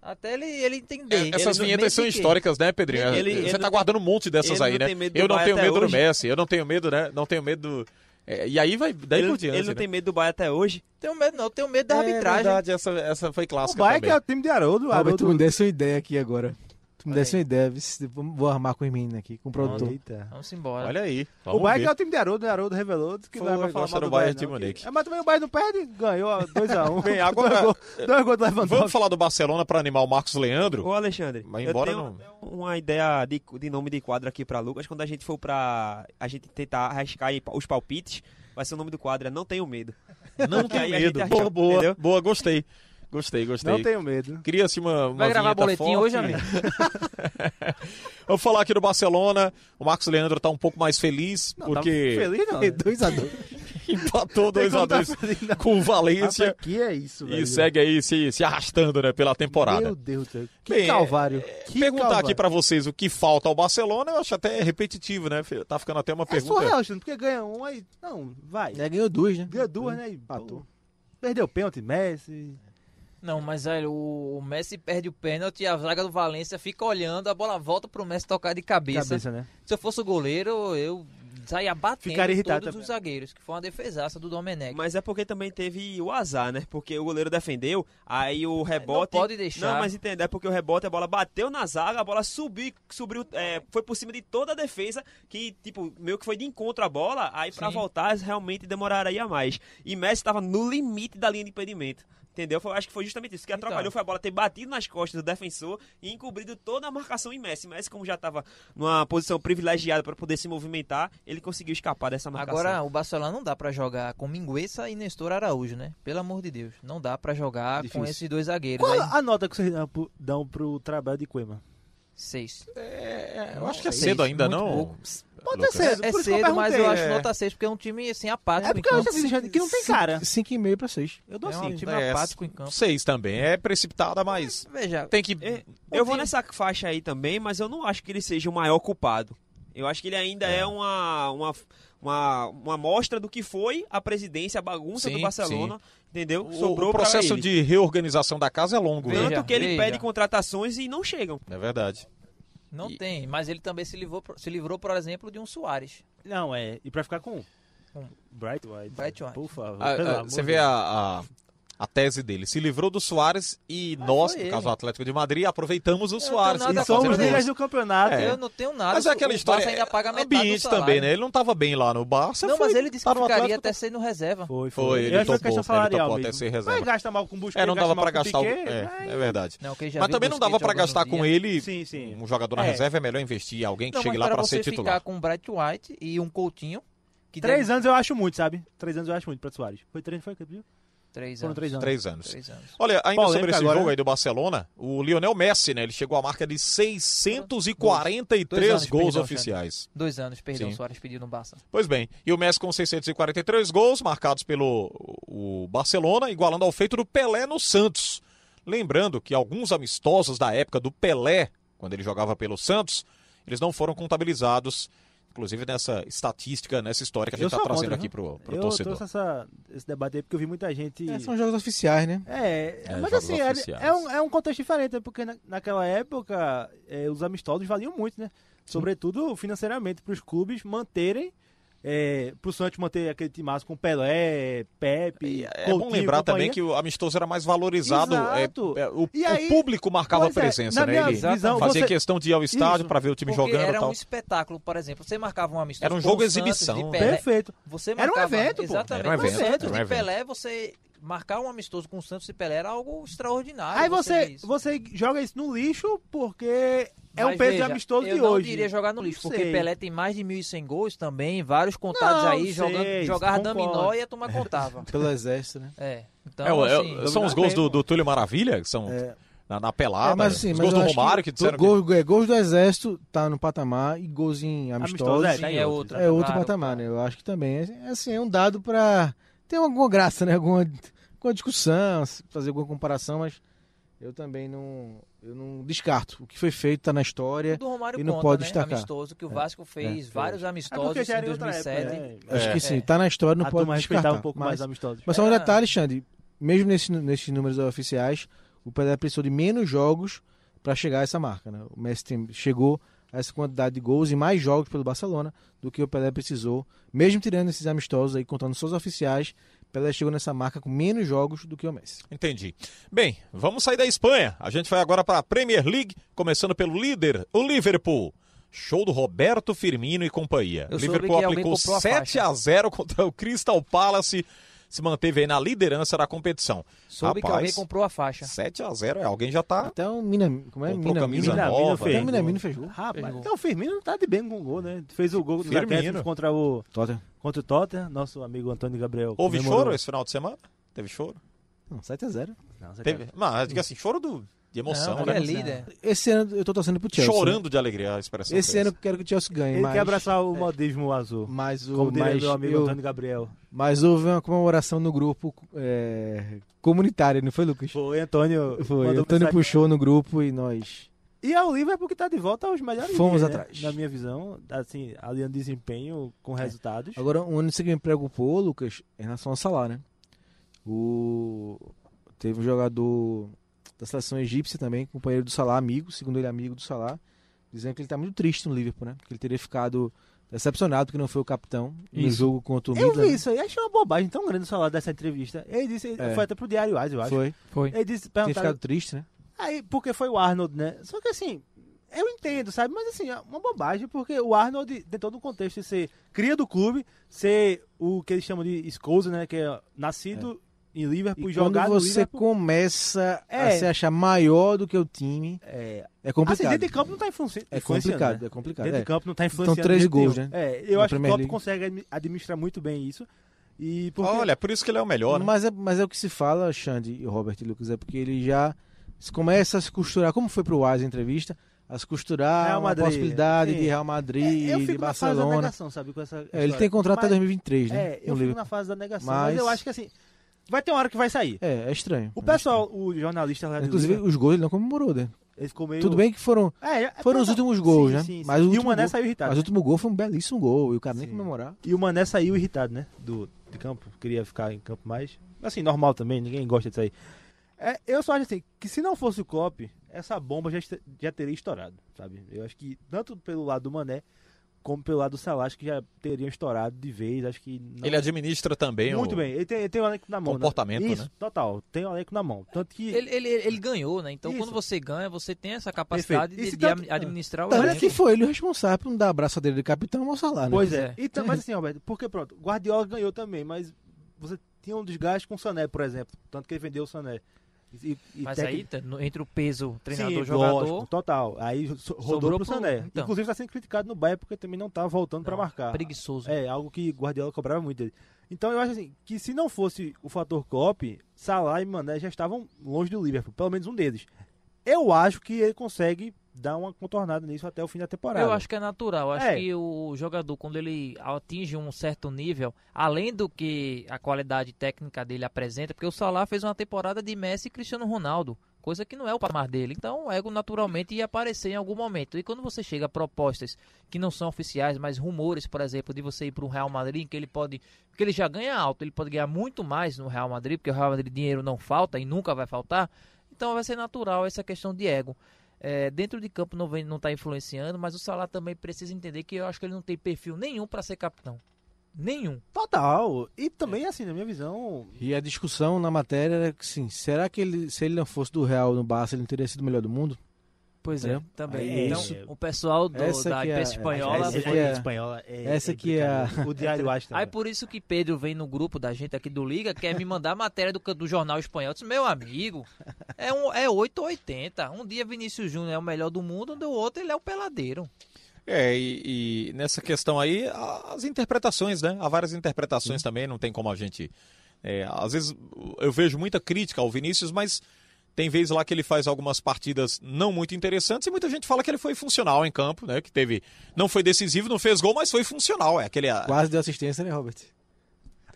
H: até ele, ele entender.
D: É, Essas
H: Ele-
D: vinhetas
H: medo
D: são
H: de quê?
D: históricas, né, Pedrinho?
G: Ele-
D: Você
G: ele
D: tá
G: não-
D: guardando um monte dessas
G: ele
D: aí,
G: não
D: né?
G: tem medo do
D: Eu não
G: Bahia
D: tenho
G: até
D: medo do
G: hoje.
D: Messi, eu não tenho medo, né? Não tenho medo. É, e aí vai daí
G: ele
D: por diante.
G: ele não
D: né?
G: tem medo do Bahia até hoje.
H: Tenho medo não, tenho medo da
D: É
H: arbitragem.
D: verdade, essa, essa foi
F: O
D: clássica
F: Bahia que
D: também.
F: é o time de Haroldo.
E: Robert, tu me
F: Haroldo...
E: desse uma ideia aqui agora. Tu me
H: Olha
E: desse uma ideia. vê se- Vou armar com os meninos aqui, com o produtor.
F: Eita.
H: Vamos embora.
D: Olha aí.
F: O
D: vamos
F: Bahia que
D: ver.
F: é o time de Haroldo, né? Haroldo revelou que não
D: Foi,
F: é pra falar
D: gosta
F: mal
D: do
F: do
D: Bayern
F: Bahia,
D: de
F: não, que-
D: Munique.
F: É, mas também o Bahia não perde, ganhou 2x1.
D: Bem, agora-
F: Dois gols do
D: Vamos
F: Lewandowski.
D: falar do Barcelona pra animar o Marcos Leandro?
G: Ô, Alexandre,
D: Mas
G: eu
D: embora
G: tenho
D: não.
G: até uma ideia de, de nome de quadro aqui pra Lucas. Quando a gente for pra. A gente tentar arriscar aí os palpites, vai ser o nome do quadro, é Não Tenho Medo.
D: Não
G: Aí
D: tem
G: a gente
D: medo.
G: achou,
D: Boa, boa,
G: entendeu?
D: boa, gostei. Gostei, gostei.
F: Não tenho medo.
D: Cria-se uma, uma
H: Vai gravar
D: vinheta
H: boletim
D: forte.
H: hoje, amigo?
D: Vou falar aqui do Barcelona. O Marcos Leandro tá um pouco mais feliz, porque
F: Tá feliz não, né?
E: 2x2.
D: empatou
F: tá
D: 2x2 com o Valência.
F: que é isso, velho?
D: E segue aí se, se arrastando né, pela temporada.
F: Meu Deus do céu. Que
D: Bem, é,
F: calvário. Que
D: Perguntar
F: calvário.
D: aqui pra vocês o que falta ao Barcelona, eu acho até repetitivo, né? Tá ficando até uma
F: É
D: pergunta.
F: surreal, Alexandre, porque ganha um aí. Não, vai.
E: Ganhou duas, né?
F: Ganha duas, né? E
E: Empatou.
F: pô, Perdeu pênalti, Messi.
H: Não, mas velho, o o Messi perde o pênalti e a zaga do Valência fica olhando, a bola volta pro Messi tocar de cabeça.
F: Cabeça, né?
H: Se eu fosse o goleiro, eu saía batendo
F: Ficaria irritado
H: todos os
F: também.
H: zagueiros, que foi uma defesaça do Domenech.
G: Mas é porque também teve o azar, né? Porque o goleiro defendeu, aí o rebote.
H: pode deixar.
G: Não, mas entender, é porque o rebote, a bola bateu na zaga, a bola subiu, subiu é, foi por cima de toda a defesa, que, tipo, meio que foi de encontro à bola, aí pra
H: Sim.
G: voltar realmente demoraria mais. E Messi tava no limite da linha de impedimento. Entendeu? Foi- acho que foi justamente isso. O que
H: Então.
G: atrapalhou foi a bola ter batido nas costas do defensor e encobrido toda a marcação em Messi. Messi, como já estava numa posição privilegiada para poder se movimentar, ele conseguiu escapar dessa marcação.
H: Agora, o Barcelona não dá pra jogar com Mingueza e Nestor Araújo, né? Pelo amor de Deus. Não dá pra jogar
F: Difícil.
H: com esses dois zagueiros.
F: Qual
H: Aí,
F: a nota que vocês dão pro- dão pro trabalho de Coima?
H: seis.
D: Eu acho que é
H: Seis,
D: cedo ainda,
H: muito
D: não? Tá
H: pouco.
F: Pode
D: Lucas.
F: ser cedo,
H: É
F: por isso que eu
H: cedo, mas eu
F: perguntei.
H: acho
D: é.
H: nota seis, porque é um time assim, apático
F: É porque eu já
H: em campo.
F: vi Alexandre, que assim, né? não tem cara.
E: 5,5 pra 6.
F: Eu dou
H: É um
F: 5.
H: time
D: É,
H: apático em campo.
D: Seis também. É precipitada, mas
H: Veja,
D: tem que.
G: É, eu vou nessa faixa aí também, mas eu não acho que ele seja o maior culpado. Eu acho que ele ainda é, uma, uma, uma, uma mostra do que foi a presidência, a bagunça
D: Sim,
G: do Barcelona, entendeu?
D: O,
G: Sobrou
D: o
G: pra
D: processo
G: ele.
D: de reorganização da casa é longo, né?
G: Tanto
H: Veja,
G: que ele
H: veja.
G: pede contratações e não chegam.
D: É verdade.
H: não
D: E-
H: tem. Mas ele também se livrou, se livrou por exemplo, de um Soares.
F: Não, é. E pra ficar com um?
H: Um.
F: Bright White.
H: Bright White.
F: Por favor.
D: Ah, ah,
F: pelo amor
D: você
F: de
D: vê
F: Deus.
D: a, a, a tese dele. Se livrou do Soares e
H: Mas
D: nós,
H: foi
D: no
H: ele.
D: caso o Atlético de Madrid, aproveitamos o
H: tenho
D: Soares. pra
H: nada Tá
F: E
D: fazer
F: somos
H: acontecendo
D: gols.
F: líderes do campeonato.
D: É.
H: Eu não tenho nada.
D: Mas é aquela
H: o
D: história.
H: Barça ainda paga metade do
D: ambiente
H: salário.
D: também, né? Ele não tava bem lá no Barça.
H: Não,
D: foi,
H: mas ele disse
D: tá
H: que
D: no
H: ficaria
D: Atlético,
H: até sendo reserva.
F: Foi,
D: Foi,
F: Eu
D: ele
F: acho que é
D: topou,
F: questão
D: ele
F: salarial
D: topou até
F: mesmo.
D: ser reserva.
F: Mas gasta mal com o Busquets,
D: É, não
F: gasta
D: dava
F: mal
D: pra
F: com o
D: gastar o.
F: Piquet,
D: É,
F: mas-
D: é verdade.
H: Não, quem já
D: Mas
H: viu
D: também não dava
H: Busquets
D: pra
H: jogando um
D: gastar com
H: dia.
D: ele.
F: Sim, sim.
D: Um jogador na
F: É.
D: reserva é melhor investir em alguém que
H: Não,
D: chegue
H: mas
D: lá
H: para
D: pra
H: você
D: ser
H: ficar
D: titular.
H: com o Bright White e um Coutinho. Que
F: Três
H: deve-
F: anos eu acho muito, sabe? Três anos eu acho muito pra Soares. Foi três, foi campeão?
H: Três
F: Foram
H: anos.
F: três anos.
D: Três anos.
H: Três anos.
D: Olha, ainda
F: Polêmica
D: sobre esse
F: agora,
D: jogo
F: né?
D: aí do Barcelona, o Lionel Messi, né? Ele chegou à marca de 643
H: Dois anos,
D: gols
H: perdão,
D: oficiais.
H: Dois anos, perdão,
D: Sim.
H: Soares pediu no Barça.
D: Pois bem, e o Messi com 643 gols marcados pelo o Barcelona, igualando ao feito do Pelé no Santos. Lembrando que alguns amistosos da época do Pelé, quando ele jogava pelo Santos, eles não foram contabilizados, inclusive nessa estatística, nessa história que a gente
F: Eu
D: está
F: sou
D: trazendo
F: contra,
D: aqui
F: viu?
D: pro, pro
F: eu
D: torcedor.
F: trouxe essa, esse debate aí porque eu vi muita gente.
E: É, são jogos oficiais, né?
F: É,
D: É,
F: mas
D: jogos
F: assim, é,
D: oficiais.
F: é um, é um contexto diferente, né? porque na- naquela época é, os amistosos valiam muito, né? Sobretudo financeiramente, para os clubes manterem, é, para o Santos manter aquele timaço com Pelé, Pepe.
D: É bom
F: Coutinho e
D: lembrar também
F: companhia.
D: que o amistoso era mais valorizado. é,
F: Exato.
D: é, o,
F: E
D: o
F: aí-
D: público marcava a
F: Pois é,
D: presença,
F: na
D: né?
F: minha
D: Ele
F: visão,
D: fazia
F: você-
D: questão de ir ao estádio
F: Isso.
D: para ver o time
H: Porque
D: jogando e
H: era
D: tal.
H: um espetáculo, por exemplo. Você marcava um amistoso.
D: Era um
H: com
D: jogo
H: o Santos
D: exibição,
H: de
D: né?
H: Pelé.
F: Perfeito.
H: Você
F: Era um
H: marcava,
F: evento, pô.
H: Exatamente.
D: Era um evento,
H: Com o Santos
D: era um
H: e
D: evento.
H: Pelé, você marcar um amistoso com o Santos e Pelé era algo extraordinário.
F: Aí você,
H: diz.
F: você joga isso no lixo porque é
H: Mas
F: um peso de
H: veja,
F: amistoso
H: eu
F: de
H: não
F: hoje. né?
H: diria jogar no lixo,
F: Não
H: porque
F: sei.
H: Pelé é tem mais de 1.100 gols também, vários contados
F: Não
H: aí,
F: sei,
H: jogando,
F: isso,
H: jogar
F: concordo.
H: dominó e a turma contava.
E: Pelo exército, né?
H: É, então
D: É, o- é,
H: assim,
D: são os gols do, do Túlio Maravilha, que são
E: É.
D: na, na pelada,
E: É, mas assim,
D: Ah, os
E: mas
D: gols do
E: eu acho
D: Romário, que,
E: tu-
D: disseram que-
E: gols, é, gols do Exército tá no patamar e gols em amistosos
F: Amistosos,
H: sim,
F: tá aí
H: é
F: outro.
H: outra,
E: é outro
H: claro.
E: patamar, né? Eu acho que também é, é assim, é um dado pra ter alguma graça, né? Alguma, alguma discussão, fazer alguma comparação, mas eu também não, eu não descarto. O que foi feito tá na
H: O
E: história.
H: do Romário
E: e não
H: conta,
E: pode
H: né?
E: destacar.
H: Amistoso que o Vasco fez,
E: é,
H: vários
F: É porque
H: amistosos
F: já
H: em
F: era em outra
H: 2007.
F: época. né?
E: Acho
D: É.
E: que sim, tá na história, não
F: a
E: pode
F: turma
E: descartar.
F: respeitava um pouco mais os
E: mas,
F: amistosos.
E: mas só um
H: Era-
E: detalhe, Xande. Mesmo nesse- nesses números oficiais, o Pelé precisou de menos jogos para chegar a essa marca. Né? O Messi tem- chegou a essa quantidade de gols e mais jogos pelo Barcelona do que o Pelé precisou. Mesmo tirando esses amistosos aí, contando só os oficiais, Pelé chegou nessa marca com menos jogos do que o Messi.
D: Entendi. Bem, vamos sair da Espanha. A gente vai agora para a Premier League, começando pelo líder, o Liverpool. Show do Roberto Firmino e companhia.
H: Eu soube
D: Liverpool
H: que alguém
D: aplicou
H: comprou a
D: 7 a
H: faixa.
D: 0 contra o Crystal Palace, se manteve aí na liderança da competição.
H: Soube que alguém
D: Rapaz,
H: comprou a faixa.
D: 7 a 0 é alguém já tá
E: Até o Minamino. Como é?
D: comprou
E: Minamino.
D: camisa
F: Minamino
D: nova.
E: Até o
F: fez.
E: Minamino fez gol.
F: Rapaz,
H: Pegou.
F: então o Firmino não tá de bem com o gol, né? Fez o gol dos
D: Firmino.
F: Atléticos contra o,
E: Tottenham.
F: contra o Tottenham, nosso amigo Antônio Gabriel.
D: Houve
F: comemorou.
D: choro esse final de semana? Teve choro?
E: Não, 7 a 0
F: Não, você
D: Teve, mas diga assim, choro do- de emoção,
H: não,
D: né?
H: ele é líder.
E: Esse ano eu tô torcendo pro Chelsea. né?
D: Chorando de alegria a expressão.
E: Esse
D: foi
E: ano eu quero que o Chelsea ganhe,
F: Ele
E: mas... é.
F: quer abraçar o modismo azul.
E: Mas o
F: Como diria
E: mas
F: meu amigo
E: eu-
F: Antônio Gabriel.
E: Mas houve uma comemoração no grupo é, comunitário, não foi, Lucas?
F: Foi, Antônio.
E: Foi.
F: mandou
E: Antônio
F: mensagem.
E: puxou no grupo e nós.
F: E é o Liverpool que tá de volta aos melhores
E: Fomos
F: dias, né?
E: atrás. É.
F: Na minha visão, assim, aliando desempenho com resultados.
E: Agora, um ano que me preocupou, Lucas, é em relação ao Salah, né? O... Teve um jogador da seleção egípcia também, companheiro do Salah, amigo, segundo ele, amigo do Salah, dizendo que ele tá muito triste no Liverpool, né? Que ele teria ficado decepcionado que não foi o capitão no
D: Isso.
E: jogo contra o
F: Eu
E: Midland.
F: vi isso aí, achei uma bobagem tão grande o salário dessa entrevista. Ele disse,
E: É.
F: foi até pro Diário Ás, eu acho. tá
E: Foi.
H: Foi.
F: Ele disse,
E: Teria
F: perguntaram,
E: ficado triste, né?
F: Aí, porque foi o Arnold, né? Só que assim, eu entendo, sabe? Mas assim, é uma bobagem, porque o Arnold tem todo um contexto de ser cria do clube, ser o que eles chamam de Scouse, né? Que é nascido em Liverpool,
E: É. E quando
F: jogado no
E: você
F: Liverpool.
E: começa a
F: É.
E: se achar maior do que o time,
F: É,
E: é
F: assim,
E: complicado.
F: dentro de campo não tá influenci-
E: É
F: influenciando.
E: complicado,
F: né?
E: é complicado.
F: Dentro
E: É.
F: de campo não tá
E: Então,
F: influenciando.
E: três
F: de jeito
E: gols,
F: nenhum.
E: né?
F: É, eu
E: Na
F: acho que o
E: Premier
F: Klopp
E: League.
F: consegue admi- administrar muito bem isso. E porque...
D: Olha, por isso que ele é o melhor, né?
E: Mas é, mas é o que se fala, Xande e Robert e Lucas, é porque ele já se começa a se costurar, como foi pro Wise a entrevista, a se costurar
F: Real
E: uma
F: Madrid,
E: possibilidade
F: sim.
E: de Real
F: É,
E: Madrid,
F: eu
E: de
F: fico na fase da
E: Barcelona.
F: negação, sabe? Com essa
E: É, ele
F: história.
E: tem contrato até
F: Mas-
E: 2003, né?
F: É, eu
E: com o
F: fico
E: Liverpool.
F: na fase da negação,
E: Mas-
F: mas eu acho que assim, vai ter uma hora que vai sair.
E: É, é estranho.
F: O
E: É
F: pessoal, o jornalista lá
E: estranho.
F: do
E: Inclusive,
F: Liga,
E: os gols ele não comemorou, né?
F: ele ficou meio...
E: Tudo bem que foram,
F: É, é-
E: foram
F: é-
E: os últimos gols,
F: sim,
E: né?
F: sim, sim.
E: Mas o
F: e o
E: último
F: Mané
E: gol-
F: saiu irritado.
E: mas o
F: né?
E: último gol foi um belíssimo gol e o cara nem
F: Sim.
E: comemorar.
F: E o Mané saiu irritado, né? Do, de campo. Queria ficar em campo mais. Assim, normal também, ninguém gosta disso aí. É, eu só acho assim, que se não fosse o Klopp, essa bomba já, est- já teria estourado, sabe? Eu acho que tanto pelo lado do Mané como pelo lado do Salah, acho que já teriam estourado de vez. Acho que não-
D: Ele administra também
F: muito
D: o
F: bem. Ele tem, ele tem o elenco na mão. né?
D: comportamento,
F: Isso,
D: né?
F: total. Tem o elenco na mão. Tanto que
H: Ele, ele, ele ganhou, né? Então
F: Isso.
H: quando você ganha, você tem essa capacidade
F: Perfeito. E
H: de,
F: se
H: de
F: tanto-
H: am- administrar o
E: Tanto
H: elenco.
E: é que foi ele o responsável por não dar a braçadeira de capitão ao salário.
F: é Pois
H: Pois
F: é.
H: é.
F: Então, mas assim, Roberto, porque pronto, Guardiola ganhou também, mas você tinha um desgaste com o Sané, por exemplo. Tanto que ele vendeu o Sané. E, e
H: Mas
F: técnico-
H: aí, tá, no- entre o peso
F: Sim, lógico,
H: treinador-jogador,
F: total. Aí so- rodou
H: Sobrou
F: pro
H: pro-
F: Sané.
H: então.
F: Inclusive está sendo criticado no Bahia porque também não tá voltando para marcar.
H: preguiçoso.
F: É, algo que Guardiola cobrava muito dele. Então eu acho assim, que se não fosse o fator Klopp, Salah e Mané já estavam longe do Liverpool, pelo menos um deles. Eu acho que ele consegue dar uma contornada nisso até o fim da temporada.
H: Eu acho que é natural. Eu acho
F: É.
H: que o jogador, quando ele atinge um certo nível, além do que a qualidade técnica dele apresenta, porque o Salah fez uma temporada de Messi e Cristiano Ronaldo, coisa que não é o patamar dele. Então, o ego naturalmente ia aparecer em algum momento. E quando você chega a propostas que não são oficiais, mas rumores, por exemplo, de você ir para o Real Madrid, que ele pode. Porque ele já ganha alto, ele pode ganhar muito mais no Real Madrid, porque o Real Madrid dinheiro não falta e nunca vai faltar. Então vai ser natural essa questão de ego. É, dentro de campo não vem, não está influenciando, mas o Salah também precisa entender que eu acho que ele não tem perfil nenhum para ser capitão. Nenhum.
F: Total. E também,
H: É.
F: assim, na minha visão,
E: E a discussão na matéria era que sim, será que ele, se ele não fosse do Real no Barça, ele não teria sido o melhor do mundo?
H: Pois
E: é.
H: Também.
F: É
H: então,
F: isso.
H: o pessoal do,
E: Essa
H: da
E: que é a-
H: imprensa espanhola.
E: essa
H: foi-
E: que é-
F: espanhola é-
E: essa
F: é
E: que é a-
F: brincadeira. O Diário Astra.
H: Aí por isso que Pedro vem no grupo da gente aqui do Liga, quer me mandar a matéria do, do jornal espanhol. Eu disse, meu amigo, é, um, é 8 ou 80. Um dia Vinícius Júnior é o melhor do mundo, do outro ele é o peladeiro.
D: É, e, e nessa questão aí, a- as interpretações, né? Há várias interpretações também, não tem como a gente. é, às vezes eu vejo muita crítica ao Vinícius, mas tem vezes lá que ele faz algumas partidas não muito interessantes e muita gente fala que ele foi funcional em campo, né? Que teve. Não foi decisivo, não fez gol, mas foi funcional. É aquele. a-
E: Quase deu assistência, né, Robert?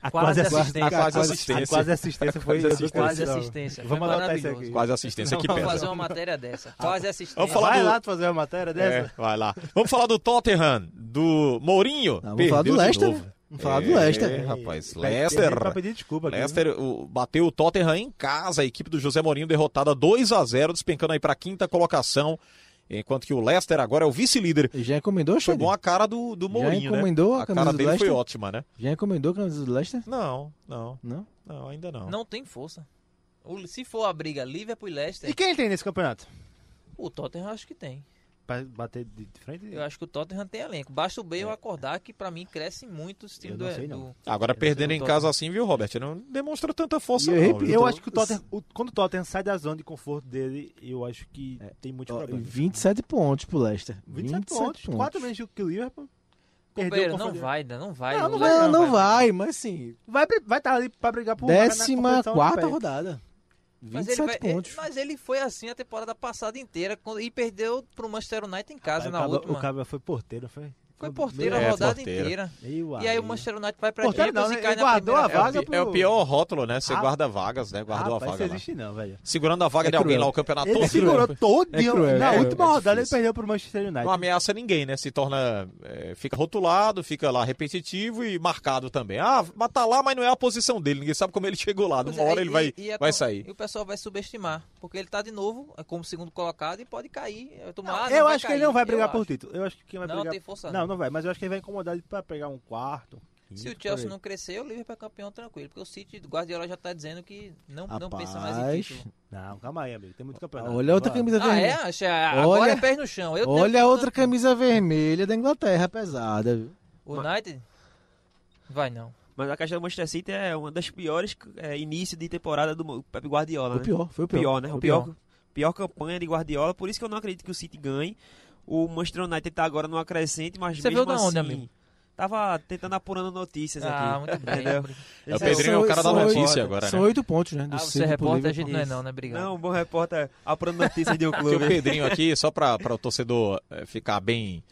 F: A
H: quase
F: assi-
H: assistência.
F: a quase
D: A
F: assistência.
D: quase
F: assistência foi
E: é.
H: Quase assistência. Foi
F: Vamos anotar isso
H: maravilhoso.
F: aqui.
D: Quase assistência que
H: Vamos
D: pesa.
H: fazer uma matéria dessa. Quase assistência.
D: Vamos falar
F: Vai
D: do-
F: lá fazer uma matéria
D: É,
F: dessa.
D: vai lá. Vamos falar do Tottenham, do Mourinho.
E: Não, Ah, vamos falar do
D: Perdeu de
E: Leicester,
D: novo.
E: né? Vamos falar do
D: É,
E: Leicester.
D: é, rapaz,
F: Vai ter
D: Leicester.
F: pra pedir desculpa aqui, né?
D: Leicester o- bateu o Tottenham em casa, a equipe do José Mourinho derrotada 2 a 0 despencando aí para quinta colocação, enquanto que o Leicester agora é o vice-líder.
E: E já encomendou,
D: Foi
E: Xande?
D: bom a cara do, do Mourinho, né?
E: encomendou a
D: A
E: camisa
D: cara
E: do
D: dele foi
E: Leicester?
D: ótima, né?
E: Já encomendou a camisa do Leicester?
D: Não, não,
E: Não?
D: não, ainda não.
H: Não tem força. O- se for a briga Liverpool e Leicester,
F: E quem tem nesse campeonato?
H: o Tottenham eu acho que tem.
F: Pra bater de de frente?
H: Eu acho que o Tottenham tem elenco. Basta o Bale acordar que pra mim cresce muito os times
F: Eu não
H: do,
F: sei, não.
H: do-
D: Agora perdendo em
H: do
D: casa assim, viu, Robert? Não demonstra tanta força
E: E eu
D: não.
E: repito,
D: viu? É
F: Eu acho que o Tottenham, o- quando o Tottenham sai da zona de conforto dele, eu acho que tem muitos
E: Ó,
F: problemas.
E: 27 pontos pro Leicester.
F: 27 pontos, 4 menos do que o Liverpool.
H: Companheiro, não
F: confronto.
H: vai, não vai.
F: Não,
H: O
F: não
H: Leicester
E: Não, não vai, mas sim.
F: Vai estar vai tá ali pra brigar por
D: né,
F: vaga na
E: Décima
F: competição
E: quarta
F: europeia.
E: rodada.
H: Mas ele,
E: 27
H: vai, ele-
E: pontos.
H: mas ele foi assim a temporada passada inteira quando- e perdeu pro Manchester United em casa
F: Aí
H: na
F: o Cabo-
H: última.
F: O Cabo foi porteiro, foi?
H: Foi porteiro a
D: É,
H: rodada
D: porteiro.
H: inteira.
F: Meio né?
H: E aí o
F: amigo.
H: Manchester United vai pra
F: Porteiro
H: Champions
F: não,
H: e
F: né?
H: cai
F: Ele
H: na
F: guardou
H: primeira
F: a
H: fase.
F: vaga
D: é, o pi- é o
F: pro-
D: pior rótulo, né? Você
F: Ah,
D: guarda vagas, né? Guardou
F: Rapaz,
D: a vaga
F: isso
D: lá.
F: existe não, velho.
D: Segurando a vaga
E: É
D: de alguém
E: cruel.
D: lá o campeonato
F: Ele
D: todo.
F: segurou todo.
E: É cruel,
F: na
E: é
F: última
D: cruel.
F: rodada
D: É
F: ele
D: difícil.
F: perdeu pro Manchester United.
D: Não ameaça ninguém, né? Se torna. eh, fica rotulado, fica lá repetitivo e marcado também. Ah, mas tá lá, mas não é a posição dele. Ninguém sabe como ele chegou lá.
H: Pois
D: Numa
H: é,
D: hora
H: e-
D: ele vai,
H: e- e a
D: vai
H: to-
D: sair.
H: E o pessoal vai subestimar, porque ele tá de novo é, como segundo colocado e pode cair. é, tomar, ah, não
F: eu
H: vai
F: acho que ele
H: cair,
F: não vai brigar
H: eu
F: por
H: acho.
F: título. Eu acho que quem vai
H: Não,
F: brigar.
H: tem força
F: Não,
H: não.
F: não vai, mas eu acho que ele vai incomodar ele pra pegar um quarto.
H: Se
E: tá
H: o
F: quinto,
H: Chelsea
F: por aí.
H: não crescer, o Liverpool é campeão tranquilo, porque o City do Guardiola já tá dizendo que não, não pensa mais em
E: Rapaz.
H: título.
F: Não, calma aí, amigo. Tem muito campeonato.
E: Olha a outra
F: Vamos lá.
E: camisa
H: Ah, é?
E: vermelha.
H: Achei- Agora
E: Olha-
H: é pés no chão. Eu tenho-
E: Olha a outra camisa vermelha da Inglaterra, pesada. viu?
H: O United? Vai não.
G: Mas a questão do Manchester City é uma das piores é, início de temporada do Mo- Pep Guardiola,
E: O
H: É.
G: né?
E: pior, foi o
G: O pior,
E: pior.
G: né?
E: Foi
G: O pior, pior campanha de Guardiola, por isso que eu não acredito que o City ganhe. O Manchester United tá agora numa crescente, mas
H: Você
G: mesmo
H: viu da
G: assim,
H: onde, amigo?
G: tava tentando apurando notícias
H: Ah,
G: aqui.
H: muito bem.
D: É, o
G: Esse
D: Pedrinho é
E: são-
D: o cara da
E: são oito-
D: notícia agora,
E: São
D: né?
E: oito pontos, né? Do
H: Ah, você é
E: City pro
H: repórter, a
E: Liverpool.
H: gente não é não, né? Obrigado.
G: Não, um bom repórter apurando notícias de um
D: Porque o
G: clube.
D: Pedrinho aqui, só pra, pra o torcedor eh, ficar bem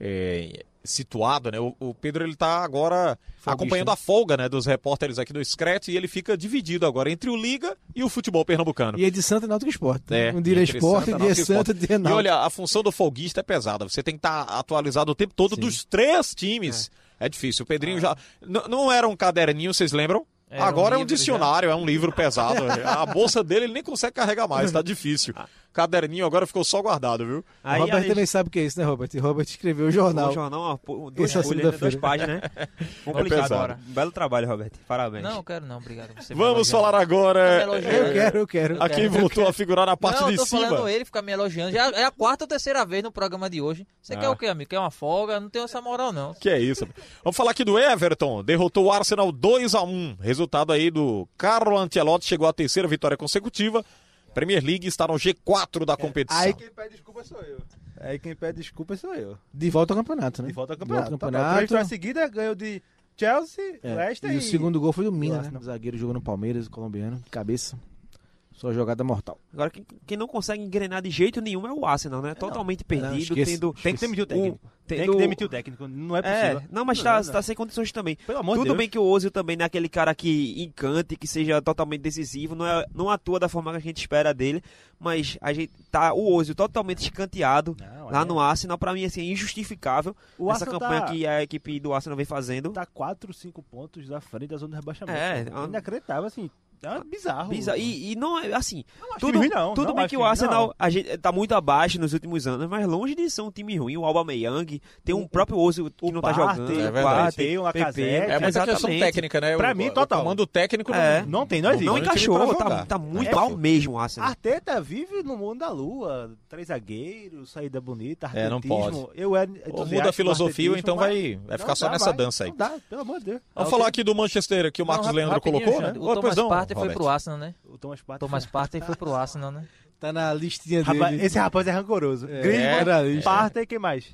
D: eh, situado, né? O, o Pedro ele tá agora acompanhando a folga né, dos repórteres aqui do Scratch e ele fica dividido agora entre o Liga e o futebol pernambucano.
E: E é de Santa Náutico Esporte.
D: É,
E: um dia é
D: entre
E: esporte,
D: Santa,
E: um dia é
D: Náutico e
E: Santa,
D: Esporte.
E: dia
D: E
E: não.
D: olha, a função do folguista é pesada. Você tem que estar atualizado o tempo todo
E: Sim.
D: dos três times. É, difícil. O Pedrinho já. N- não era um caderninho, vocês lembram?
H: Era um
D: Agora é um
H: livro já.
D: dicionário, é um livro pesado. a bolsa dele ele nem consegue carregar mais, tá difícil. caderninho agora ficou só guardado, viu?
G: Aí,
E: Robert
G: Alex-
E: também sabe o que é isso, né, Robert? Robert escreveu o jornal.
G: Um jornal, uma, po- duas,
F: é
E: Essa
G: folhas, né? duas
E: segunda-feira.
G: páginas, né? Complicado.
D: pesado.
G: Um Belo trabalho, Roberto. Parabéns.
H: Não, quero não, obrigado. Você me
D: Vamos
H: elogiando.
D: falar agora.
H: Tá me elogiando.
E: Eu quero, eu quero.
D: A quem voltou a figurar na parte
H: não,
D: de
H: eu tô falando
D: cima.
H: ele, fica me elogiando. Já é a quarta ou terceira vez no programa de hoje. Você quer
D: Ah.
H: o quê, amigo? Quer uma folga? Não tenho essa moral, não.
D: Que é isso. rapaz. Vamos falar aqui do Everton. Derrotou o Arsenal 2 a 1 Resultado aí do Carlo Ancelotti. Chegou à terceira vitória consecutiva. Premier League está no G4 da competição.
F: Aí é quem pede desculpa sou eu. Aí quem pede desculpa sou eu.
E: De volta ao campeonato, né?
F: De volta ao campeonato.
E: De
F: Tá,
E: volta ao
F: tá, Três
E: campeonato.
F: vitórias seguidas, ganhou de Chelsea,
E: É,
F: Leicester
E: e o segundo gol foi do
F: do
E: Minas, né?
F: Arsenal.
E: O zagueiro jogou no Palmeiras, o colombiano, de cabeça. Só jogada mortal.
G: Agora, quem, quem não consegue engrenar de jeito nenhum é o Arsenal, né? Totalmente perdido,
E: esqueça,
G: tendo...
E: esqueça. Tem que demitir
F: o técnico. Um, Tem
G: tendo-
F: que demitir o técnico, não é possível.
G: É, não, mas
F: Não,
G: tá,
F: não.
G: tá sem condições também.
F: Pelo amor de
G: Tudo
F: Deus.
G: bem que o Ozil também não é aquele cara que encante, que seja totalmente decisivo, não, é, não atua da forma que a gente espera dele, mas a gente tá o Ozil totalmente escanteado
F: Não,
G: lá
F: é.
G: no Arsenal, pra mim assim, é injustificável
F: O
G: essa
F: Arsenal
G: campanha
F: tá-
G: que a equipe do Arsenal vem fazendo.
F: Tá 4, 5 pontos da frente da zona de rebaixamento.
G: É,
F: É,
G: a-
F: inacreditável, assim. É bizarro.
G: Bizarro. E, e não é assim.
F: acho
G: tudo
F: time ruim, não.
G: tudo
F: Não
G: bem
F: acho
G: que o
F: time ruim,
G: Arsenal
F: não.
G: a gente, tá muito abaixo nos últimos anos, mas longe de ser um time ruim. O Alba Meyang tem um próprio Ozil que não tá
F: Partey,
G: jogando.
F: o
D: É
G: o
D: verdade.
F: Partey, o
G: Pepe,
F: Lacazette.
D: É muita questão
G: exatamente.
D: técnica, né?
F: Pra
D: O-
F: mim,
D: o
F: total.
D: comando técnico não-
G: É.
F: Não tem, um não
D: Não
F: existe.
G: Não
D: tem time pra
G: encaixou, tá,
D: jogar.
G: tá muito
F: É,
G: mal
F: pô. Ah,
G: mesmo o Arsenal.
F: Arteta vive no mundo da lua, três zagueiros, saída bonita,
D: É, não
F: artetismo.
D: pode.
F: Eu era
D: Ou
F: entusiasta
D: muda a
F: do
D: filosofia, ou
F: artetismo,
D: então
F: mas
D: vai, vai
F: não É
D: ficar só
F: dá
D: nessa
F: mais,
D: dança aí.
F: Não dá, pelo amor de Deus.
D: Vamos falar aqui do Manchester que o Marcos
H: Não, rap-
D: Leandro
H: rapidinho,
D: colocou, né?
H: Xande.
D: Ô,
H: O Thomas
D: pois não,
H: Partey foi
D: Roberto.
H: pro Arsenal, né?
F: O Thomas
H: O
F: Partey.
H: Thomas Partey foi pro Arsenal, né?
E: Tá na listinha
F: Rapaz,
E: dele.
F: esse rapaz é rancoroso.
E: É.
F: Griezmann,
E: É, na lista.
F: Partey, quem mais?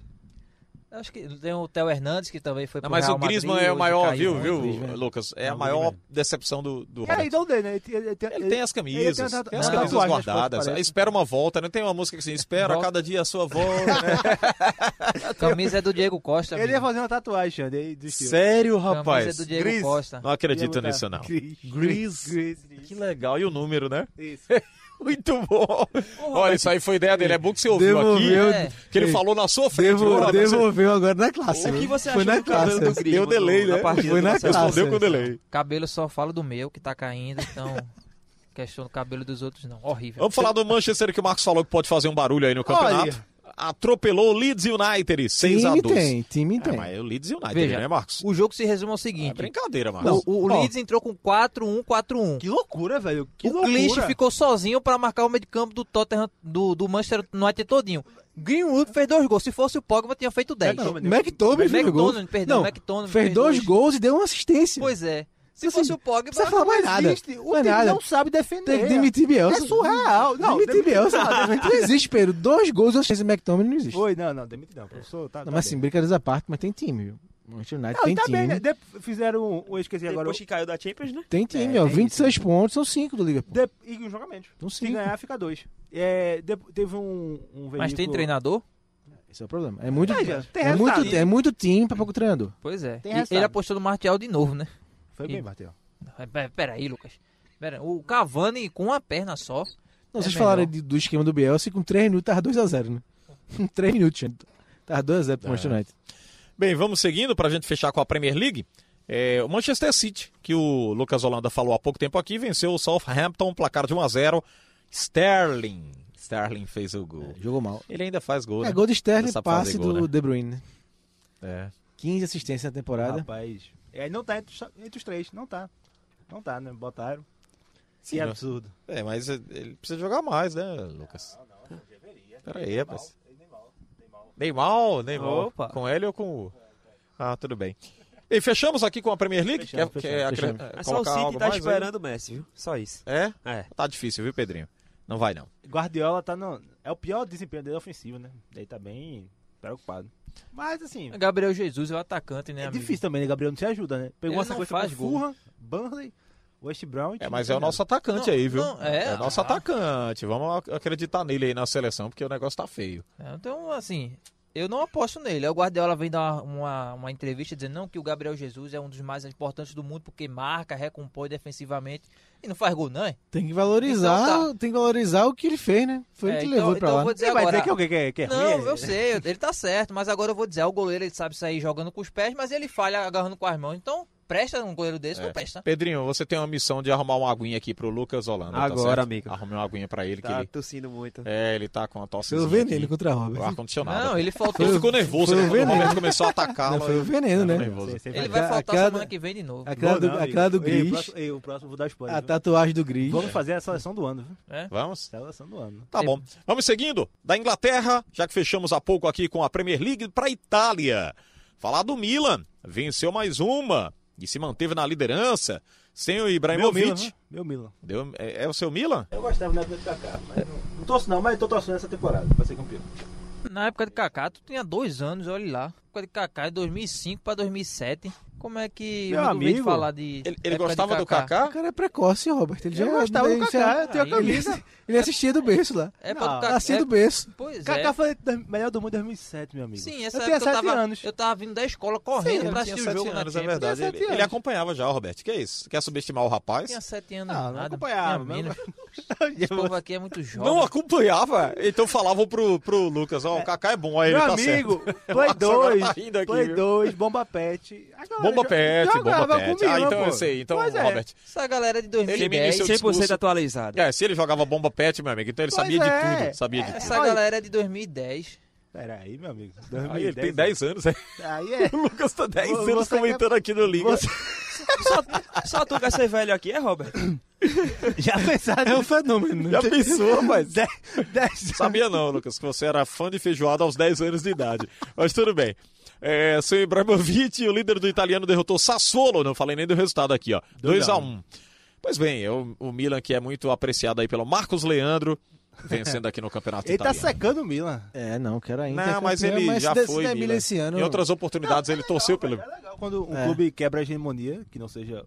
H: Eu Acho que tem o Theo Hernandes, que também foi
D: Não,
H: pro
D: mas
H: Real
D: o Griezmann
H: Madrid,
D: é o
H: hoje
D: maior,
H: caiu né?
D: viu,
H: muito.
D: viu,
E: Griezmann.
D: Lucas? É a
F: Não,
D: maior
F: Griezmann.
D: decepção do, do
F: É,
D: Roberto.
F: então dele, né? Ele,
D: Ele tem as
F: tem
D: camisas,
F: uma
D: tem as camisas
F: tatuagem nas costas,
D: guardadas.
F: parece.
D: Espera uma volta, né? Tem uma música que assim, espera
H: Volta.
D: a cada dia a sua volta. né?
H: Camisa é do Diego Costa,
F: Ele ia
H: amigo.
F: fazer uma tatuagem, Xande, aí desistiu.
D: Sério,
H: Camisa é
D: rapaz?
H: do Diego
F: Gris.
H: Costa.
D: Não acredito
F: Ia botar
D: nisso, não.
F: Gris.
D: Gris.
F: Gris.
D: Que legal, e o número, né?
F: Isso.
D: Muito bom. Olha, isso aí foi ideia dele. É bom que você ouviu
E: Devolveu.
D: aqui,
H: É.
D: que ele falou na sua frente.
E: Devo-
D: Olha, você
E: devolveu agora na classe.
G: O que você
E: Foi
G: achou
E: na
G: do cabelo
E: classe.
G: do
D: Deu
G: Griezmann?
D: delay,
G: no- na
D: né?
G: partida
E: Foi
G: do
E: na
G: Marcelo?
E: classe.
D: Respondeu com delay.
H: Cabelo só falo do meu, que tá caindo, então... Questão do cabelo dos outros, não. Horrível.
D: Vamos falar do Manchester que o Marcos falou que pode fazer um barulho aí no campeonato. Atropelou o Leeds United, 6 a
E: Time
D: 2
E: tem, time
D: É,
E: tem.
D: mas é o Leeds United,
H: Veja,
D: né, Marcos?
H: O jogo se resume ao
D: É
H: seguinte.
D: brincadeira, Marcos.
H: o o
E: Ó.
H: Leeds entrou com 4-1, 4-1.
F: Que loucura, velho. Que
H: o
F: loucura.
H: Clich ficou sozinho pra marcar o meio de campo do Tottenham, do, do Manchester United todinho. Greenwood fez dois gols. Se fosse o Pogba, tinha feito 10.
F: Não, mas-
E: McTominay fez gol.
H: McTominay, perdão,
E: Não,
H: McTominay
E: Fez
H: fez
E: dois
H: dois.
E: gols e deu uma assistência.
H: Pois é. Se
E: Assim,
H: fosse o Pogba,
E: Não precisa falar mais nada.
F: Existe. O
E: Não é
F: time
E: nada.
F: não sabe defender.
E: Tem que demitir Bielsa.
F: É surreal. Não,
E: demitir
F: demitir-
E: Bielsa. Não existe, Pedro. Dois gols e uma assistência do McTominay não existe.
F: Oi, não, não, demite não, professor. Tá,
E: Não,
F: tá
E: mas
F: bem.
E: assim, brincadeiras à parte, mas tem time, viu? Manchester United
F: Não,
E: tem
F: e tá
E: time.
F: bem, né? De- Fizeram um. Eu esqueci agora.
G: Depois que caiu da Champions, né?
E: Tem time,
F: É,
E: ó.
F: tem
E: 26 pontos, são 5 do Liverpool.
F: De- E um jogamento.
E: Então
F: Se
E: cinco.
F: ganhar, fica dois. É, de- Teve um, um veículo.
H: Mas tem treinador?
E: Esse é o problema. É muito,
F: Mas, já, tem
E: é muito,
F: resultado.
E: é muito time pra pouco treinador.
H: Pois é.
F: Tem
H: E
F: resultado.
H: ele apostou no Martial de novo, né?
F: Foi bem, Matheus.
H: Não, pera- Pera aí, Lucas. Pera, o Cavani com uma perna só.
E: Não,
H: É
E: vocês
H: melhor.
E: falaram de- do esquema do Bielsa e com 3 minutos tava 2x0, né? Com 3 minutos, gente. Tava 2x0 pro Manchester United.
D: Bem, vamos seguindo para a gente fechar com a Premier League. É, o Manchester City, que o Lucas Holanda falou há pouco tempo aqui, venceu o Southampton, placar de 1 a 0 Sterling. Sterling fez o
G: É,
D: gol.
E: Jogou mal.
D: Ele ainda faz gol.
E: É
D: né?
E: gol de Sterling,
D: Sabe fazer
E: passe
D: gol,
E: do
D: né?
E: De Bruyne, né?
D: É.
E: 15 assistências na temporada.
F: Rapaz. É, não tá entre, os- entre os três. Não tá. Não tá, né? Botaram.
D: Sim,
F: que
D: né?
F: absurdo.
D: É, mas ele precisa jogar mais, né, Lucas? Pera aí, rapaz. Neymar, Neymar.
G: Opa.
D: Com ele ou com o... Ah, tudo bem. E fechamos aqui com a Premier League? quer quer
E: fechamos.
D: acre-
G: Mas só o
D: colocar
G: City
D: algo
G: tá
D: mais aí?
F: um.
G: esperando o Messi, viu? Só isso.
D: É?
G: É.
D: Tá difícil, viu, Pedrinho? Não vai, não.
F: Guardiola tá no. É o pior desempenho dele ofensivo, né? Daí tá bem preocupado. Mas assim.
H: Gabriel Jesus é o atacante, né,
F: É
H: amigo?
F: difícil também, né? Gabriel não te ajuda, né? Pegou
H: Ele
F: uma
H: não
F: sequência
H: faz
F: com
H: gol.
F: Fulham, Burnley, West Brown. e
D: É,
F: time
D: mas é o
F: italiano.
D: nosso atacante
H: Não,
D: aí, viu?
H: não, é.
D: o nosso
H: Ah.
D: atacante. Vamos ac- acreditar nele aí na seleção, porque o negócio tá feio.
H: É, Então, assim, eu não aposto nele. Aí O Guardiola vem dar uma, uma, uma entrevista dizendo não que o Gabriel Jesus é um dos mais importantes do mundo porque marca, recompõe defensivamente e não faz gol, não é?
E: Tem que valorizar,
H: Então
E: tem que valorizar o que ele fez, né? Foi ele
H: É,
E: que
H: então-
E: levou ele pra
H: então
E: lá.
H: eu vou dizer
F: Você vai
H: agora.
F: dizer que é alguém quer, quer
H: Não,
F: rir?
H: eu sei, eu- ele tá certo, mas agora eu vou dizer, ah, o goleiro ele sabe sair jogando com os pés, mas ele falha agarrando com as mãos, então Presta um goleiro desse? Não
D: É.
H: presta.
D: Pedrinho, você tem uma missão de arrumar uma aguinha aqui pro Lucas Holanda. tá
G: Agora,
D: certo?
G: amigo.
D: Arrume uma aguinha pra ele que
G: Tá
D: ele.
G: tossindo muito.
D: É, ele tá com uma tosse.
E: Foi o veneno contra a
D: O
E: Robert.
D: ar-condicionado.
H: Não, ele faltou.
D: Ele ficou nervoso
E: foi
D: né,
E: o
D: quando o Roberto
E: veneno.
D: começou a atacar.
E: Não, foi o veneno, né?
F: é
H: Ele vai faltar
E: Aquela-
H: semana que vem de novo.
E: Aquela do, aquela do
F: Ei, o
E: Gris,
F: próximo- ei, o próximo vou dar spoiler.
E: a
F: viu?
E: tatuagem do Gris.
F: Vamos fazer a seleção do ano, viu?
D: Vamos?
F: Seleção do ano.
D: Tá bom. Vamos seguindo. Da Inglaterra, já que fechamos há pouco aqui com a Premier League, para Itália. Falar do Milan. Venceu mais uma e se manteve na liderança. Sem o
F: Milan,
D: Ibrahimovic.
F: né? Meu Milan.
D: Deu- é, é o seu Milan?
F: Eu gostava na época de Kaká, mas não, não torço não, mas eu tô torcendo essa temporada pra ser campeão.
H: Na época de Kaká, tu tinha dois anos, olha lá. Na época de Kaká, de 2005 pra 2007. Como é que
F: Meu
H: eu nunca ouvi
F: amigo,
H: falar de.
D: Ele,
H: época
D: ele
H: de
D: gostava do
E: O
D: Kaká?
E: cara é precoce, Robert. Ele já
F: Eu gostava do
E: ele
F: Kaká,
E: já-
F: eu tenho a
E: Ah, Ele,
F: camisa.
E: ele assistia do berço lá.
H: Época
F: Não,
H: do Kaká. é,
E: Nascia do berço.
H: Pois
F: Kaká
H: é.
F: foi eleito do- melhor do mundo em 2007, meu amigo. Tá
H: Sim, essa
F: eu
H: época
F: tinha
H: eu
F: sete
H: tava,
F: anos.
H: eu tava vindo da escola correndo
D: Ele
H: pra
D: tinha
H: assistir o
D: sete
H: jogo
D: anos,
H: na
D: é
H: Champions.
D: verdade.
F: Tá Tinha sete
D: Ele, ele
F: anos.
D: acompanhava já, Roberto. Que é isso? Quer subestimar o rapaz?
H: Tinha sete anos.
F: Ah, não
H: nada.
F: acompanhava,
H: Minha
F: não-
H: mina. Esse povo aqui é muito jovem.
D: Não acompanhava? Então falavam pro, pro Lucas, ó, o Kaká é bom, aí ele
F: Meu
D: tá
F: amigo,
D: certo.
F: Play
D: Nossa,
F: 2,
D: agora tá rindo aqui,
F: Play
D: viu?
F: 2, Bomba Pet. A galera
D: Bomba
F: jo-
D: Pet,
F: Ah, jogava
D: bomba
F: com
D: pet.
F: Milan,
D: Ah, então
F: pô.
D: eu sei. Então,
F: Pois é.
D: Robert.
H: Essa galera de
D: Elimine
H: 2010.
D: seu
G: 100%
D: discurso.
G: atualizado.
D: É, se ele jogava bomba pet, meu amigo, então ele
F: Pois
D: sabia de
F: é.
D: tudo. Sabia de tudo.
H: Essa galera de 2010.
F: Peraí, meu amigo.
D: Aí ele tem
F: 2010,
D: 10 anos, é.
F: Aí é.
D: O Lucas tá 10
F: Você
D: anos
F: quer-
D: comentando aqui no Liga.
F: Você-
G: Só, só tu quer ser velho aqui, é, Robert?
F: Já pensaram? É um fenômeno.
D: Já pensou, rapaz?
F: 10
D: Sabia não, Lucas, que você era fã de feijoada aos 10 anos de idade. Mas tudo bem. É, seu Ibrahimovic, o líder do italiano, derrotou Sassuolo. Não falei nem do resultado aqui, ó. 2 a 1 Pois bem, o, o Milan, que é muito apreciado aí pelo Marcos Leandro, vencendo aqui no Campeonato
F: Ele tá né,
D: Italiano.
F: secando o Milan.
E: É, não, quero ainda.
D: Não, mas ele já foi.
E: Se der Milan
D: Milan.
E: esse ano,
D: Em outras oportunidades ele torceu pelo.
F: É legal quando um
E: É.
F: clube quebra a hegemonia, que não seja.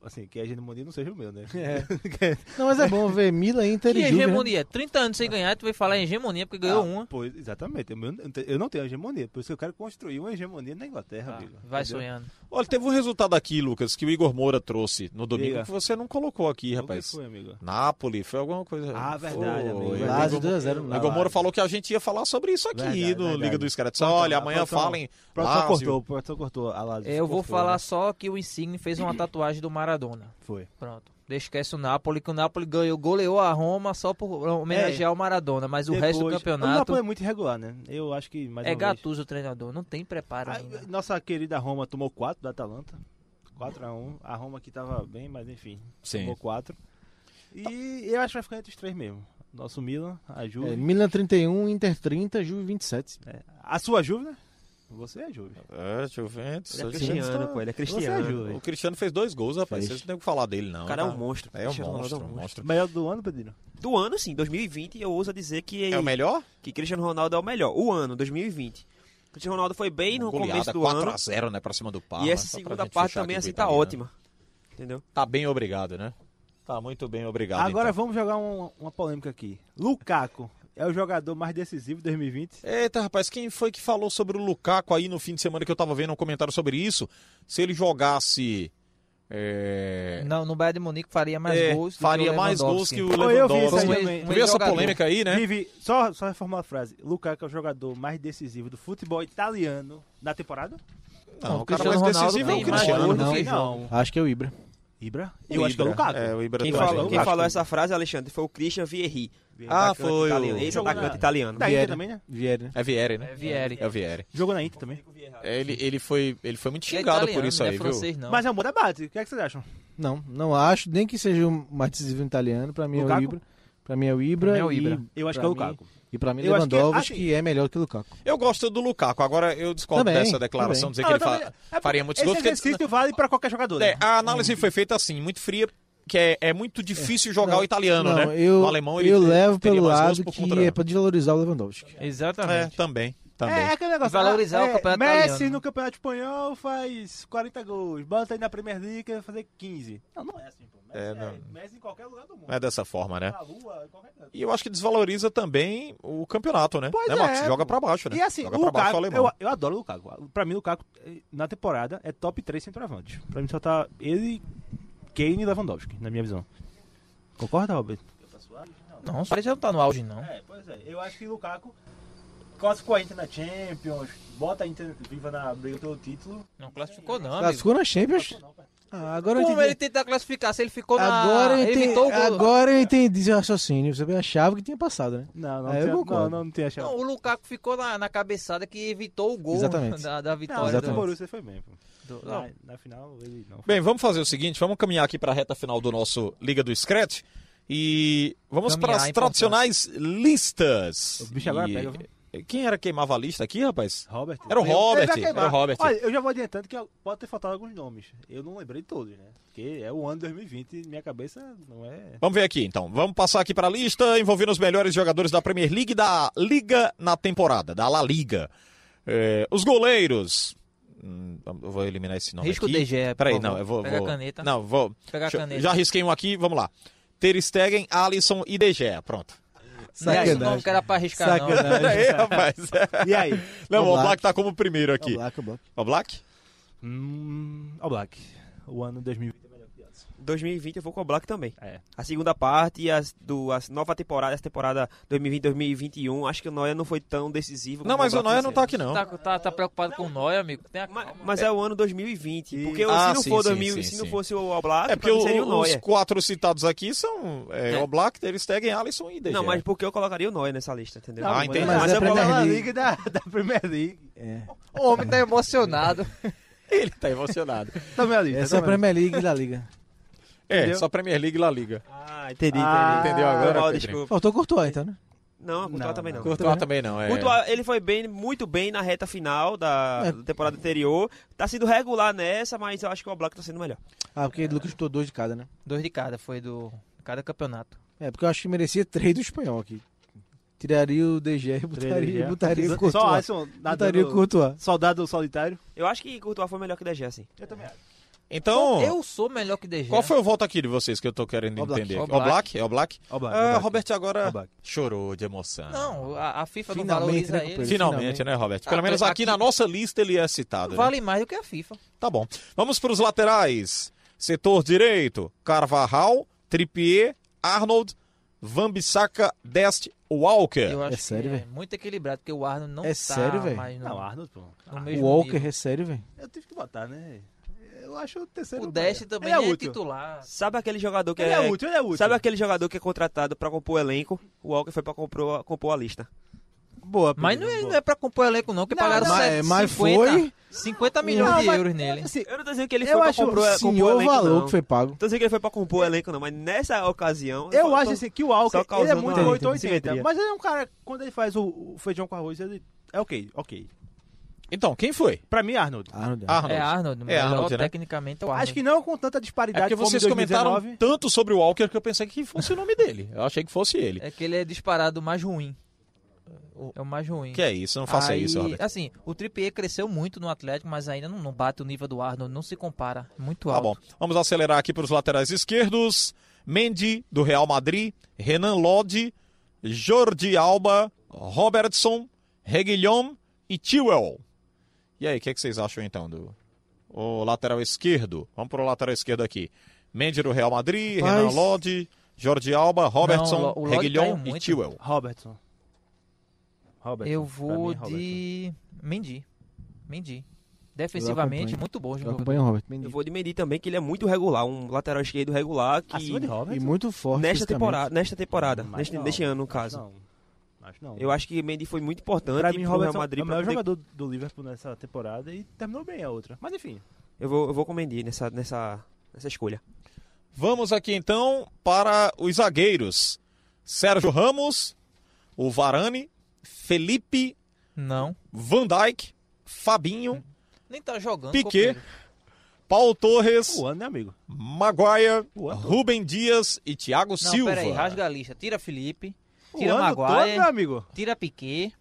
F: Assim, que a hegemonia não seja o meu, né? É.
E: Não, mas é bom ver Mila, Inter
H: Que
E: e Juve. né?
H: hegemonia? 30 anos sem ganhar, tu vai falar em hegemonia porque ganhou uma.
F: ah, Pois, exatamente. Eu, não te- eu não tenho hegemonia, por isso que eu quero construir uma hegemonia na Inglaterra, amigo.
H: Ah, Vai
F: Entendeu?
H: sonhando.
D: Olha, teve um resultado aqui, Lucas, que o Igor Moura trouxe no domingo
F: Diga.
D: que você não colocou aqui,
F: O que
D: rapaz.
F: foi, amigo?
D: Nápoles, foi alguma coisa.
F: Ah, verdade,
D: Foi.
F: amigo.
D: O
E: Lazio
D: Igor-
E: 2 a 0
D: O
E: no
D: Igor Moura
E: Lazio.
D: falou que a gente ia falar sobre isso aqui
F: Verdade,
D: no
F: verdade.
D: Liga do Escrete. Só,
F: Plantão,
D: olha, amanhã
F: plantão.
D: falem.
F: O produtor
D: Lazio.
F: cortou, o produtor cortou a Lazio.
H: Eu vou
F: cortou,
H: falar
F: né?
H: só que o Insigne fez uma tatuagem do Maradona.
F: Foi.
H: Pronto. Esquece o Napoli, que o Napoli ganhou, goleou a Roma só por homenagear o Maradona, mas É. o resto do
F: Depois- O
H: campeonato
F: Napoli é muito irregular, né? Eu acho que mais
H: é
F: uma vez-
H: Gattuso o treinador, não tem preparo
F: A-
H: ainda.
F: nossa querida Roma tomou 4 da Atalanta. 4x1. A, Roma aqui tava bem, mas enfim.
D: Sim.
F: Tomou 4.
H: Tá.
F: E eu acho que vai ficar entre os três mesmo. Nosso Milan, a
E: É,
F: Juve.
E: Milan 31, Inter 30, Juve 27.
F: É. A sua Juve, né? Você é a Juve.
D: É, Juventus.
G: Ele é
D: Juventus
G: cristiano,
D: tá-
G: pô, ele é
F: Você é
G: cristiano.
F: Juve.
D: O Cristiano fez dois gols, rapaz.
E: Fez.
D: Vocês não tem o que falar dele, não.
G: O cara é um monstro.
D: É um
G: Cristiano Ronaldo
D: monstro, um monstro.
F: Melhor do ano, Pedrinho?
H: Tá,
G: Do ano, assim, sim, 2020, eu ouso dizer que,
D: É o melhor?
G: que Cristiano Ronaldo é o melhor. O ano, 2020. Cristiano Ronaldo foi bem no
D: Goleada
G: começo do ano.
D: 4x0, né? Pra cima do Parma.
G: E essa
D: Só pra
G: segunda
D: gente
G: parte
D: fechar
G: também,
D: aqui
G: assim,
D: com o né?
G: tá
D: italiano.
G: ótima. Entendeu?
D: Tá bem, obrigado, né? Tá muito bem, obrigado.
F: Agora
H: tá.
D: então.
F: vamos jogar um- uma polêmica aqui. Lukaku é o jogador mais decisivo de 2020?
D: Eita, rapaz, quem foi que falou sobre o Lukaku aí no fim de semana que eu tava vendo um comentário sobre isso? Se ele jogasse. É...
H: Não, no Bayern de Munique faria mais
D: é,
H: gols. do
D: faria
H: que o
D: mais gols que o
F: Foi, eu vi
D: Lewandowski.
F: isso aí
H: Foi um
F: também.
H: ex-
D: Tu
H: um
D: viu essa
H: ex-jogador.
D: polêmica aí, né?
F: Vive, só, só reformular a frase. Lukaku é o jogador mais decisivo do futebol italiano na temporada?
D: Não,
H: Não,
D: o cara
H: Cristiano
D: mais
H: Ronaldo
D: decisivo é o
H: tem
D: Cristiano.
H: mais gols.
D: né?
H: não.
E: Acho que é o Ibra.
F: Ibra? Eu acho que é o
D: Ibra.
F: Lukaku.
D: É, o Ibra
G: Quem
D: do
G: falou,
D: Atlético.
G: quem falou essa frase, Alexandre, foi o Christian Vierri.
D: Ah,
G: atacante
D: foi o- Tá,
G: italiano, Ex-atacante
F: Jogou na-
G: italiano.
F: Da Inter também, né?
E: Vieira, né?
D: É Vieri,
H: É
D: né?
H: Vieri.
D: É o Vieri.
F: Jogou na Inter também.
D: É, Ele, ele, foi, ele foi muito
H: Que é
D: xingado por
H: italiano,
D: isso
H: não
D: aí,
H: é
D: viu?
H: francês, não.
F: Mas é um bom debate. O que, é que vocês acham?
E: Não, não acho, nem que seja o mais decisivo italiano. Pra mim é o
F: Lukaku?
E: Ibra. Pra mim é o Ibra.
H: Pra mim é o
E: e-
H: Ibra.
F: Eu acho
E: pra
F: que é o
E: mim-
F: Lukaku.
E: E pra mim
F: Eu acho que-
E: Lewandowski
F: assim-
E: é melhor que o Lukaku.
D: Eu gosto do Lukaku. Agora eu discordo
E: Também,
D: dessa declaração,
E: também.
D: dizer
F: Ah,
D: que ele
F: eu também-
D: fa-
F: é,
D: faria muitos
F: Esse
D: gols. porque-
F: exercício vale pra qualquer jogador.
D: É,
F: né?
D: a análise foi feita assim, muito fria, que é, é muito difícil jogar
E: Não,
D: o italiano,
E: não,
D: né?
E: Eu,
D: o alemão ele
E: eu levo
D: teria
E: pelo
D: mais gols
E: lado
D: por né?
E: que
D: conta-
E: é pra desvalorizar o Lewandowski.
D: É,
H: Exatamente.
D: também,
F: É,
D: também.
F: é aquele negócio. ah,
H: Valorizar o
F: é,
H: campeonato
F: Messi
H: italiano.
F: no campeonato espanhol faz 40 gols. Bota aí na Premier League vai fazer 15. Não, não é assim, pô. Messi,
D: É,
F: é,
D: não.
F: Messi em qualquer lugar do mundo.
D: Não é dessa forma, né?
F: Na rua, em qualquer canto.
D: E eu acho que desvaloriza também o campeonato, né?
F: Pois
D: né, Marcos?
F: é,
D: Joga
F: pô.
D: pra baixo, né?
F: E assim,
D: Joga
F: o
D: pra baixo o
F: Lukaku,
D: alemão.
F: eu, eu adoro o Lukaku. Pra mim, o Lukaku, eh, na temporada, é top 3 centroavante. Pra mim, só tá ele, Kane e Lewandowski, na minha visão. Concorda, Robert?
H: Não, o Suárez já não tá no auge, não.
F: É, pois é. Eu acho que o Lukaku
I: classificou a Inter na Champions, bota a Inter viva na briga pelo título.
H: Não classificou, não. Amigo.
E: Classificou na Champions? Ah, agora eu
H: Como ele
E: entendi.
H: tentar classificar se ele ficou na.
E: Agora eu
H: ele
E: entendi,
H: evitou o gol.
E: agora eu entendi seu raciocínio. Você achava que tinha passado, né?
F: Não, não,
E: É, eu
F: tinha, não,
E: concordo.
F: não, não tinha achado.
H: Não, o Lukaku ficou na, na cabeçada que evitou o gol
E: Exatamente.
H: da, da
F: Não,
H: vitória
F: o
E: Exatamente.
F: Borussia foi bem. pô.
H: do, do,
F: Na, na final, ele não.
D: Bem, vamos fazer o seguinte, vamos caminhar aqui para a reta final do nosso Liga do Scratch e vamos
H: Caminhar
D: para as
H: é
D: tradicionais listas.
F: O bicho agora
D: E-
F: pega, viu?
D: Quem era que queimava a lista aqui, rapaz?
F: Robert.
D: Era o
F: Eu-
D: Robert,
F: eu já queimava.
D: era o Robert.
F: Olha, eu já vou adiantando que pode ter faltado alguns nomes. Eu não lembrei de todos, né? Porque é o ano 2020 e minha cabeça não é.
D: Vamos ver aqui então. Vamos passar aqui para a lista envolvendo os melhores jogadores da Premier League e da Liga na temporada, da La Liga. É, os goleiros. Hum, eu vou eliminar esse nome
H: Risco
D: aqui.
H: DG, por
D: Peraí,
H: favor.
D: não, eu vou.
H: Pega a
D: vou-
H: caneta.
D: Não, vou.
H: Pega a
D: Deixa eu-
H: caneta.
D: Já risquei um aqui, vamos lá. Ter Stegen, Alisson e De Gea. Pronto.
H: Não é esse nome que era pra arriscar, não.
E: Sacanagem.
D: Daí, rapaz.
F: E aí?
D: Não, o
E: Oblak.
D: Black tá como primeiro
E: O
D: aqui.
E: Black, o Black.
D: O Black?
F: hum, All Black. O ano 2020 é melhor que esse.
D: tá.
G: 2020 eu vou com o Black também.
F: É.
G: A segunda parte e as, do, a nova temporada, essa temporada 2020-2021, acho que o Noia não foi tão decisivo. como
D: Não, mas o
G: Black
D: Noia
G: nesse
D: não
G: ano.
D: tá aqui, não.
H: Tá, tá, tá preocupado com o Noia, amigo. Tem a
G: Ma-
H: calma.
G: Mas, é o ano 2020, porque
D: Ah,
G: se não
D: sim,
G: for
D: sim,
G: 2000,
D: sim,
G: se não
D: sim.
G: fosse o All Black,
D: É porque
G: pra mim
D: o-
G: tá seria um o
D: os
G: Noia.
D: quatro citados aqui são é,
G: É.
D: o Black, Ter Stegen, Alisson e De Gea.
G: Não, mas porque eu colocaria o Noia nessa lista, entendeu?
D: Ah, entendi.
G: Mas,
E: Mas é
G: eu
E: Premier
G: coloco-
F: Na
E: League.
F: Liga da, da Premier League.
H: O homem tá emocionado.
D: Ele tá emocionado.
F: Tá minha lista.
E: Essa é a Premier League da Liga.
D: É,
F: Entendeu?
D: só Premier League e La Liga.
G: Ah, entendi, entendi.
F: Ah,
D: entendeu agora,
G: Foi mal,
D: Pedrinho?
G: desculpa.
E: Faltou o Courtois, então, né?
G: Não, a Courtois
F: Não,
G: também não.
D: Courtois também não, é.
G: Courtois, ele foi bem, muito bem na reta final da,
E: É.
G: da temporada anterior. Tá sendo regular nessa, mas eu acho que o All Black tá sendo melhor.
E: Ah, porque o Lucas botou dois de cada, né?
H: Dois de cada, foi do cada campeonato.
E: É, porque eu acho que merecia três do espanhol aqui. Tiraria o DG e botaria, botaria o
F: Só- Só
E: Courtois.
F: Alisson
E: Botaria o
F: nadando.
E: Courtois.
F: Soldado solitário.
G: Eu acho que Courtois foi melhor que o DG, assim.
F: Eu também acho.
D: Então,
H: eu sou melhor que DG.
D: qual foi o voto aqui de vocês que eu tô querendo
E: Ó, Black.
D: entender?
H: Ó,
D: O Black? É o Black?
F: All Black.
D: Ah,
F: All Black.
D: Robert agora
F: All Black.
D: chorou de emoção.
H: Não, a, a FIFA não
E: Finalmente,
H: valoriza
E: né,
H: ele.
E: companheiro?
D: Finalmente,
E: Finalmente.
D: né, Robert?
H: Ah,
D: Pelo menos
H: aqui-
D: aqui na nossa lista ele é citado. né?
H: Vale mais do que a FIFA.
D: Tá bom. Vamos para os laterais. Setor direito, Carvajal, Trippier, Arnold, Van Bissaka, Dest, Walker.
H: Eu acho
E: É sério,
H: que é
E: velho?
H: muito equilibrado, porque o Arnold não
E: É
H: tá
E: sério, velho?
H: mais no,
F: Não, Arnold, pô.
H: no
E: O
H: mesmo
E: Walker
H: nível.
E: é sério, velho.
F: Eu tive que botar, né? Eu acho o terceiro.
H: O
F: lugar.
H: Dest também
F: Ele
H: nem é,
F: útil.
H: titular.
G: Sabe aquele jogador que
F: Ele é útil, ele é útil.
G: Sabe aquele jogador que é contratado pra compor o elenco? O Walker foi pra compor, compor a lista.
F: Boa,
H: Mas não é, não é pra compor o elenco, não, que
F: Não,
H: pagaram
F: não,
H: set-
E: é, mas
H: 50,
E: foi-
H: 50 milhões
F: Não,
H: Tá de
F: mas-
H: euros nele.
F: Assim,
G: Eu não tô dizendo que ele foi
E: Eu
G: pra
E: acho
G: compor, compor
E: o
G: É, o
E: senhor
G: elenco,
E: valor
G: não.
E: que foi pago.
G: Tô dizendo Então, que ele foi pra compor o elenco, não, mas nessa ocasião.
F: eu
G: tô-
F: acho
G: tô-
F: assim, que o Walker,
G: só
F: ele é
G: causando
F: muito
E: uma
F: 880.
G: simetria.
F: Mas ele é um cara, quando ele faz o, o feijão com arroz, ele... É ok, ok.
D: Então, quem foi?
F: Pra mim, Arnold.
E: Ah, não dá.
D: Arnold.
H: É Arnold,
D: É
H: melhor
D: Arnold, né?
H: tecnicamente é o Arnold.
F: Acho que não com tanta
D: É
F: disparidade
D: porque
F: como em
D: vocês comentaram
F: 2019.
D: tanto sobre o Walker que eu pensei que fosse o nome dele. Eu achei que fosse ele.
H: É que ele é disparado o mais ruim. É o mais ruim.
D: Que é isso, não faça
H: Aí,
D: isso, Robert.
H: Assim, o Trippier cresceu muito no Atlético, mas ainda não, não bate o nível do Arnold, não se compara. Muito
D: Tá
H: alto.
D: bom. Vamos acelerar aqui para os laterais esquerdos. Mendy, do Real Madrid. Renan Lodi, Jordi Alba, Robertson, Reguilhon e Tiwell. E aí, o que, é que vocês acham então do o lateral esquerdo? Vamos para o lateral esquerdo aqui. Mendy do Real Madrid,
E: Rapaz.
D: Renan Lodi, Jordi Alba, Robertson,
H: Lo- o Lodi
D: Reguilhon
H: caiu
D: e
H: muito.
D: Tiwell.
F: Robertson. Robertson.
H: Eu
F: Pra mim,
H: vou
F: Robertson.
H: de Mendy. Mendy. Defensivamente,
E: acompanho.
H: muito bom
E: Eu
H: jogador.
E: acompanho o Robert. Mendy.
G: Eu vou de Mendy também, que ele é muito regular, um lateral esquerdo regular que
F: Acima de
E: E
F: Robertson?
E: muito forte
G: nesta
E: fisicamente.
G: temporada, nesta temporada,
F: Mas
G: neste,
F: não.
G: neste ano no caso.
F: Não. Acho não.
G: Eu acho que Mendy foi muito importante
F: Pra mim,
G: pro Real
F: Robertson
G: Madrid
F: é o
G: pra
F: melhor
G: poder-
F: jogador do Liverpool nessa temporada e terminou bem a outra. Mas enfim,
G: Eu vou eu vou com o Mendy nessa nessa nessa escolha.
D: Vamos aqui então para os zagueiros. Sérgio Ramos, o Varane, Felipe,
H: Não.
D: Van Dijk, Fabinho,
H: Nem tá jogando.
D: Piquet,
H: companheiro.
D: Paulo Torres,
F: o ano, né, amigo?
D: Maguire,
F: O ano.
D: Rubem Dias e Thiago
H: Não,
D: Silva.
H: peraí, rasga a lista. Tira Felipe,
F: O
H: tira
F: ano todo,
H: Maguire,
F: meu amigo.
H: tira Piquet.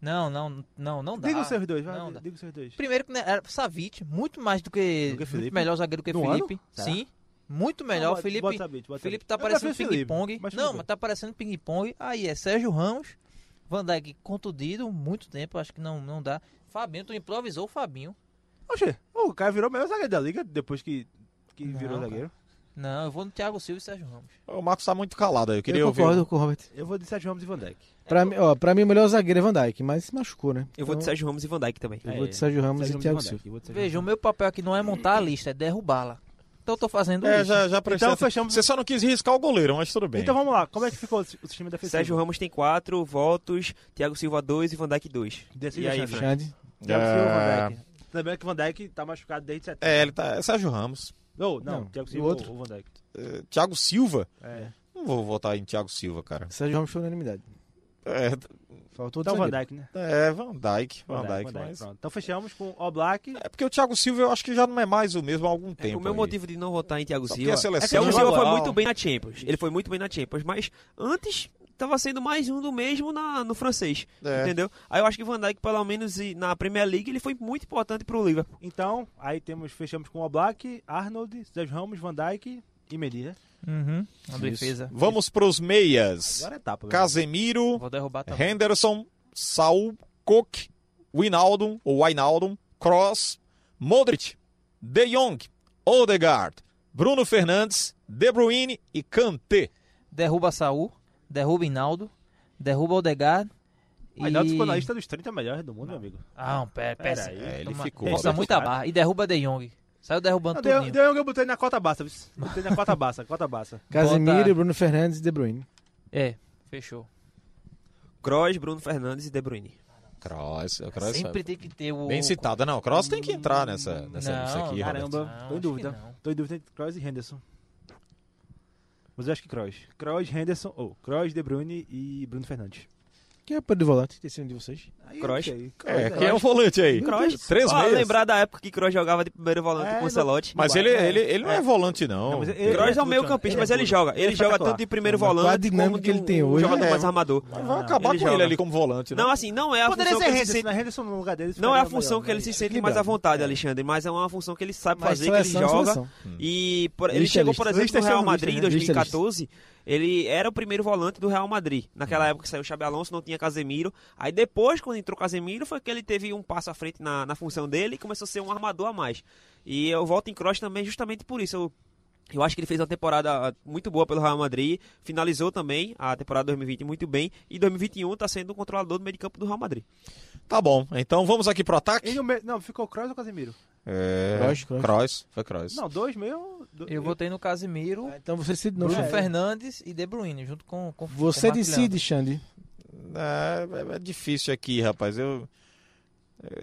H: Não, não, não, não dá.
F: Diga os seus dois, vai.
H: Não dá.
F: Diga os seus dois.
H: Primeiro que né, era Savic, muito mais do que,
F: Do que
H: muito
F: Felipe?
H: melhor zagueiro que
F: No
H: Felipe.
F: ano? Será?
H: Sim. Muito
F: Não,
H: melhor,
F: bota-
H: Felipe.
F: bota Sabit, bota
H: Felipe
F: Sabit.
H: tá
F: Eu
H: parecendo
F: prefiro Felipe,
H: ping-pong.
F: mas tudo
H: Não,
F: bem.
H: mas tá parecendo ping-pong. Aí é Sérgio Ramos, Van Dijk contundido, muito tempo, acho que não, não dá. Fabinho, tu improvisou o Fabinho.
F: Oxê, o cara virou o melhor zagueiro da liga depois que, que
H: Não,
F: virou
H: cara.
F: zagueiro.
H: Não, eu vou no Thiago Silva e Sérgio Ramos.
D: O Marcos tá muito calado aí, eu queria
E: eu
D: ouvir.
E: concordo com o Robert.
F: Eu vou de Sérgio Ramos e Van Dijk.
E: Pra, mim, ó, pra mim, o melhor zagueiro é Van Dijk, mas se machucou, né?
G: Eu vou de
E: Então,
G: Sérgio Ramos e Van Dijk também.
E: eu
F: é
E: vou de Sérgio Ramos e Thiago Silva.
H: Veja, o meu papel aqui não é montar a lista, é derrubá-la. Então eu tô fazendo
D: É,
H: isso.
D: já, já prestei
F: Então
D: atenção.
F: fechamos-
D: Você só não quis riscar o goleiro, mas tudo bem.
F: Então vamos lá, como é que ficou o si- o sistema defensivo?
G: Sérgio Ramos tem 4 votos, Thiago Silva 2 e Van Dijk 2.
F: Decide
G: E
F: a
G: aí,
F: chave.
G: Fran?
E: Xande.
F: Thiago Silva
D: É.
F: Van Dijk. Lembrando que o Van Dijk tá machucado desde setembro.
D: É, ele tá. É Sérgio Ramos.
F: Não, não,
E: Não,
F: Thiago
E: e
F: Silva
E: o outro?
F: ou Van Dijk.
D: É, Thiago Silva?
F: É.
D: Não vou votar em Thiago Silva, cara.
E: Sérgio Ramos foi unanimidade.
D: É,
E: Faltou outro
F: Então Van
E: zagueiro.
F: Dijk, né?
D: é Van Dijk, Van Dijk, mas...
F: pronto. Então fechamos com o Black.
D: É porque o Thiago Silva eu acho que já não é mais o mesmo há algum tempo.
G: o meu
D: aí.
G: motivo de não votar em Thiago
D: Só porque
G: Silva.
D: a seleção
G: é que Thiago
D: não
G: Silva
D: joga
G: foi
D: mal.
G: muito bem na Champions. Ele foi muito bem na Champions, mas antes tava sendo mais um do mesmo na, no francês.
D: É.
G: Entendeu? Aí eu acho que Van Dijk, pelo menos e- na Premier League, ele foi muito importante pro Liverpool.
F: Então, aí temos, fechamos com o Black, Arnold, Sérgio Ramos, Van Dijk e Medina.
H: Uhum. Uma
D: Isso.
H: defesa.
D: Vamos pros meias.
F: Agora é etapa. velho.
D: Casemiro,
H: Vou
F: É.
H: derrubar também.
D: Henderson, Saul, Cook, Winaldum, ou Wijnaldum, Cross, Modric, De Jong, Odegaard, Bruno Fernandes, De Bruyne e Kanté.
H: Derruba Saul, derruba Hinaldo, derruba Odegaard. E...
F: Aí Naldo ficou na lista é dos 30 melhores do mundo, meu amigo.
H: Ah, não, pera,
F: Pera
H: pera.
F: aí.
D: É, ele
H: Toma-
D: ficou.
H: Força
D: Roberto.
H: muita barra. E derruba De Jong. Saiu
F: Não,
H: derrubando
F: deu,
H: tudo.
F: deu um que eu botei na cota baixa. viu? Botei na cota baixa, cota baixa.
E: Casemiro, Bruno Fernandes e De Bruyne.
H: É, fechou.
G: Kroos, Bruno Fernandes e De Bruyne.
D: Kroos, o Kroos
H: Sempre tem que ter o...
D: Bem citada, não. O Cross tem que entrar nessa, nessa
H: Não,
D: lista aqui, Roberto.
F: Caramba,
H: Não,
F: tô em
H: acho
F: dúvida.
H: que não.
F: Tô em dúvida entre Kroos e Henderson. Mas eu acho que Kroos. Kroos, Henderson, ou Kroos, De Bruyne e Bruno Fernandes.
E: Quem é o apoio de volante? Tem sido de vocês?
F: Aí,
G: Kroos.
F: ok.
D: É, quem é o volante aí? Três
G: Ó,
D: meias.
G: lembrar da época que Kroos jogava de primeiro volante
F: É,
G: com
F: não-
G: o Celote.
D: Mas ele, ele, ele não é volante, não.
F: Não, mas ele-
D: Kroos-
G: Kroos é o
F: tudo,
G: meio
F: Thiago.
G: campista,
F: Ele é
G: mas ele
F: tudo.
G: joga. Ele,
F: Ele é
G: joga
F: espetacular.
G: tanto de primeiro
E: Mas com a
G: volante
E: dinâmica
G: como de
E: que ele
G: um-
E: tem
G: um
E: hoje,
G: jogador
D: é.
G: mais armador.
D: vai acabar
G: Ele
D: com ele
G: joga.
D: ali como volante, né?
G: Não, assim, não é a
F: Poderia ser
G: função que ele se
F: Henderson,
G: sente...
F: né? Henderson no lugar dele.
G: Não é
F: ficaria
G: a função
F: melhor, né?
G: que ele
F: mas-
G: se sente mais à vontade, Alexandre, mas é uma função que ele sabe
E: Mas
G: fazer, que ele
E: seleção é
G: joga.
E: seleção.
G: E por- ele
E: Lista é
G: chegou,
E: lista.
G: por exemplo,
E: Lista é
G: no Real
E: lista,
G: Madrid em
E: né? Lista é
G: 2014. Ele era o primeiro volante do Real Madrid.
E: Hum.
G: Naquela época que saiu o Xabi Alonso, não tinha Casemiro. Aí depois, quando entrou Casemiro, foi que ele teve um passo à frente na, na função dele e começou a ser um armador a mais. E eu volto em Kroos também justamente por isso. Eu, eu acho que ele fez uma temporada muito boa pelo Real Madrid. Finalizou também a temporada 2020 muito bem. E 2021 está sendo o controlador do meio de campo do Real Madrid.
D: Tá bom, então vamos aqui pro ataque.
F: Ele é no meio- Não, ficou Kroos ou Casemiro?
D: É...
E: Kroos, Kroos.
D: Kroos, foi Kroos.
F: Não, dois meio... do-
H: Eu votei no Casimiro,
E: Ah, Então você decide de novo.
H: Bruno
E: Xande.
H: Fernandes e De Bruyne, junto com, com
E: Você
H: com Marcos
E: decide, Xande.
D: É, é- é difícil aqui, rapaz. Eu...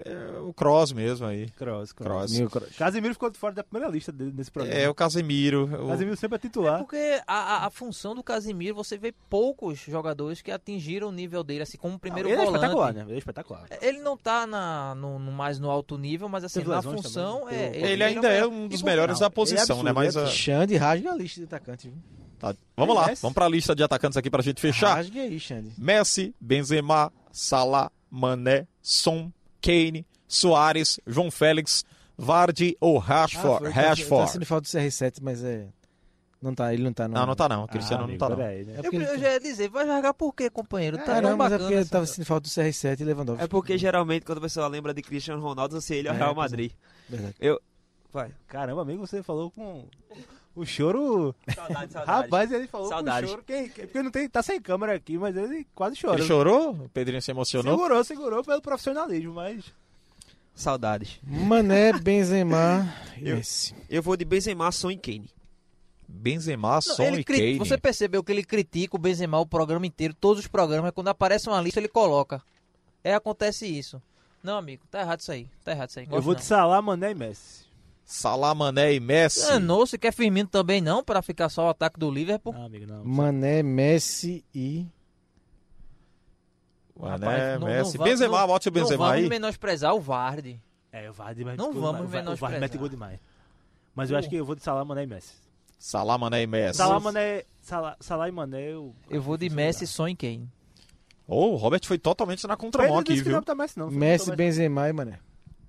D: é o Kroos mesmo aí.
F: Kroos, Kroos.
D: Kroos.
E: Meu Kroos.
F: Casemiro ficou fora da primeira lista dele nesse programa.
D: É o Casemiro. o-
F: Casemiro sempre é
H: É
F: titular.
H: porque a, a- a função do Casimiro, você vê poucos jogadores que atingiram o nível dele, assim, como primeiro
F: ele é
H: volante.
F: espetacular, né? Ele é espetacular.
H: Ele não tá na, no, no- mais no alto nível, mas assim,
F: Teve
H: na
F: lesões
H: função
F: também,
H: é.
F: teve-
D: Ele ainda é um dos melhores da posição, né? Mas ah,
E: Xande rasga a lista de atacante. viu?
D: tá. vamos lá,
F: Messi.
D: vamos pra lista de atacantes aqui pra gente fechar.
E: Rasga aí, Xande.
D: Messi, Benzema, Salah, Mané, Son, Kane, Soares, João Félix, Vardy ou Rashford.
E: Ah, foi, tá- Tá
D: Rashford.
E: sendo falta do CR7, mas é... Não tá, ele não tá.
D: Não, não tá não. O Cristiano não tá não.
F: né?
E: É
H: Eu,
E: porque ele-
H: eu já ia dizer, vai largar por quê, companheiro? Tá
E: É,
H: tão
E: não, mas é
H: bacana
E: porque
H: essa-
E: tava sendo falta do CR7 e Lewandowski.
G: É porque geralmente quando a pessoa lembra de Cristiano Ronaldo, você ele é o
E: É, pois
G: Real
E: é.
G: Madrid.
E: Verdade.
G: Vai.
F: Caramba, amigo, você falou com o choro.
G: Saudade, saudade.
F: Rapaz, ele falou
G: Saudade.
F: com o choro. Quem, quem- porque não tem, tá sem câmera aqui, mas ele quase chora.
D: Ele chorou? O Pedrinho se emocionou?
F: Segurou, segurou pelo profissionalismo, mas.
G: Saudades.
E: Mané, Benzema e
G: Eu-
E: Messi.
G: Eu vou de Benzema, Son e Kane.
D: Benzema,
H: Não,
D: Son
H: ele
D: e
H: cri-
D: Kane.
H: Você percebeu que ele critica o Benzema o programa inteiro, todos os programas, quando aparece uma lista ele coloca. É, acontece isso. Não, amigo, tá errado isso aí. Tá errado isso aí.
F: eu
H: Gosto
F: vou
H: não.
F: te salar Mané e Messi.
D: Salah, Mané e Messi.
H: Danou, se quer Firmino também não, pra ficar só o ataque do Liverpool.
F: Ah, amigo, não.
E: Mané, Messi e...
D: Mané,
H: Rapaz, não-
D: né, Messi.
H: não va-
D: Benzema,
H: não-
D: bote o
H: não
D: Benzema
H: vamos
D: aí.
H: menosprezar o Vardy.
F: É, o Vardy mete
H: Não
F: gol
H: vamos
F: demais, o Vardy- O Vardy
H: menosprezar.
F: mete gol demais. Mas eu acho que eu vou de salar Mané e Messi.
D: Salah, Mané e Messi.
F: Salah, Mané, Salah, Salah e Mané. Eu,
H: Eu vou de Messi, Son e Kane.
D: Ô, o Robert foi totalmente na contramão
F: Pedro
D: aqui,
F: disse que
D: viu?
F: não tá Messi, não.
E: Messi, Benzema e Mané.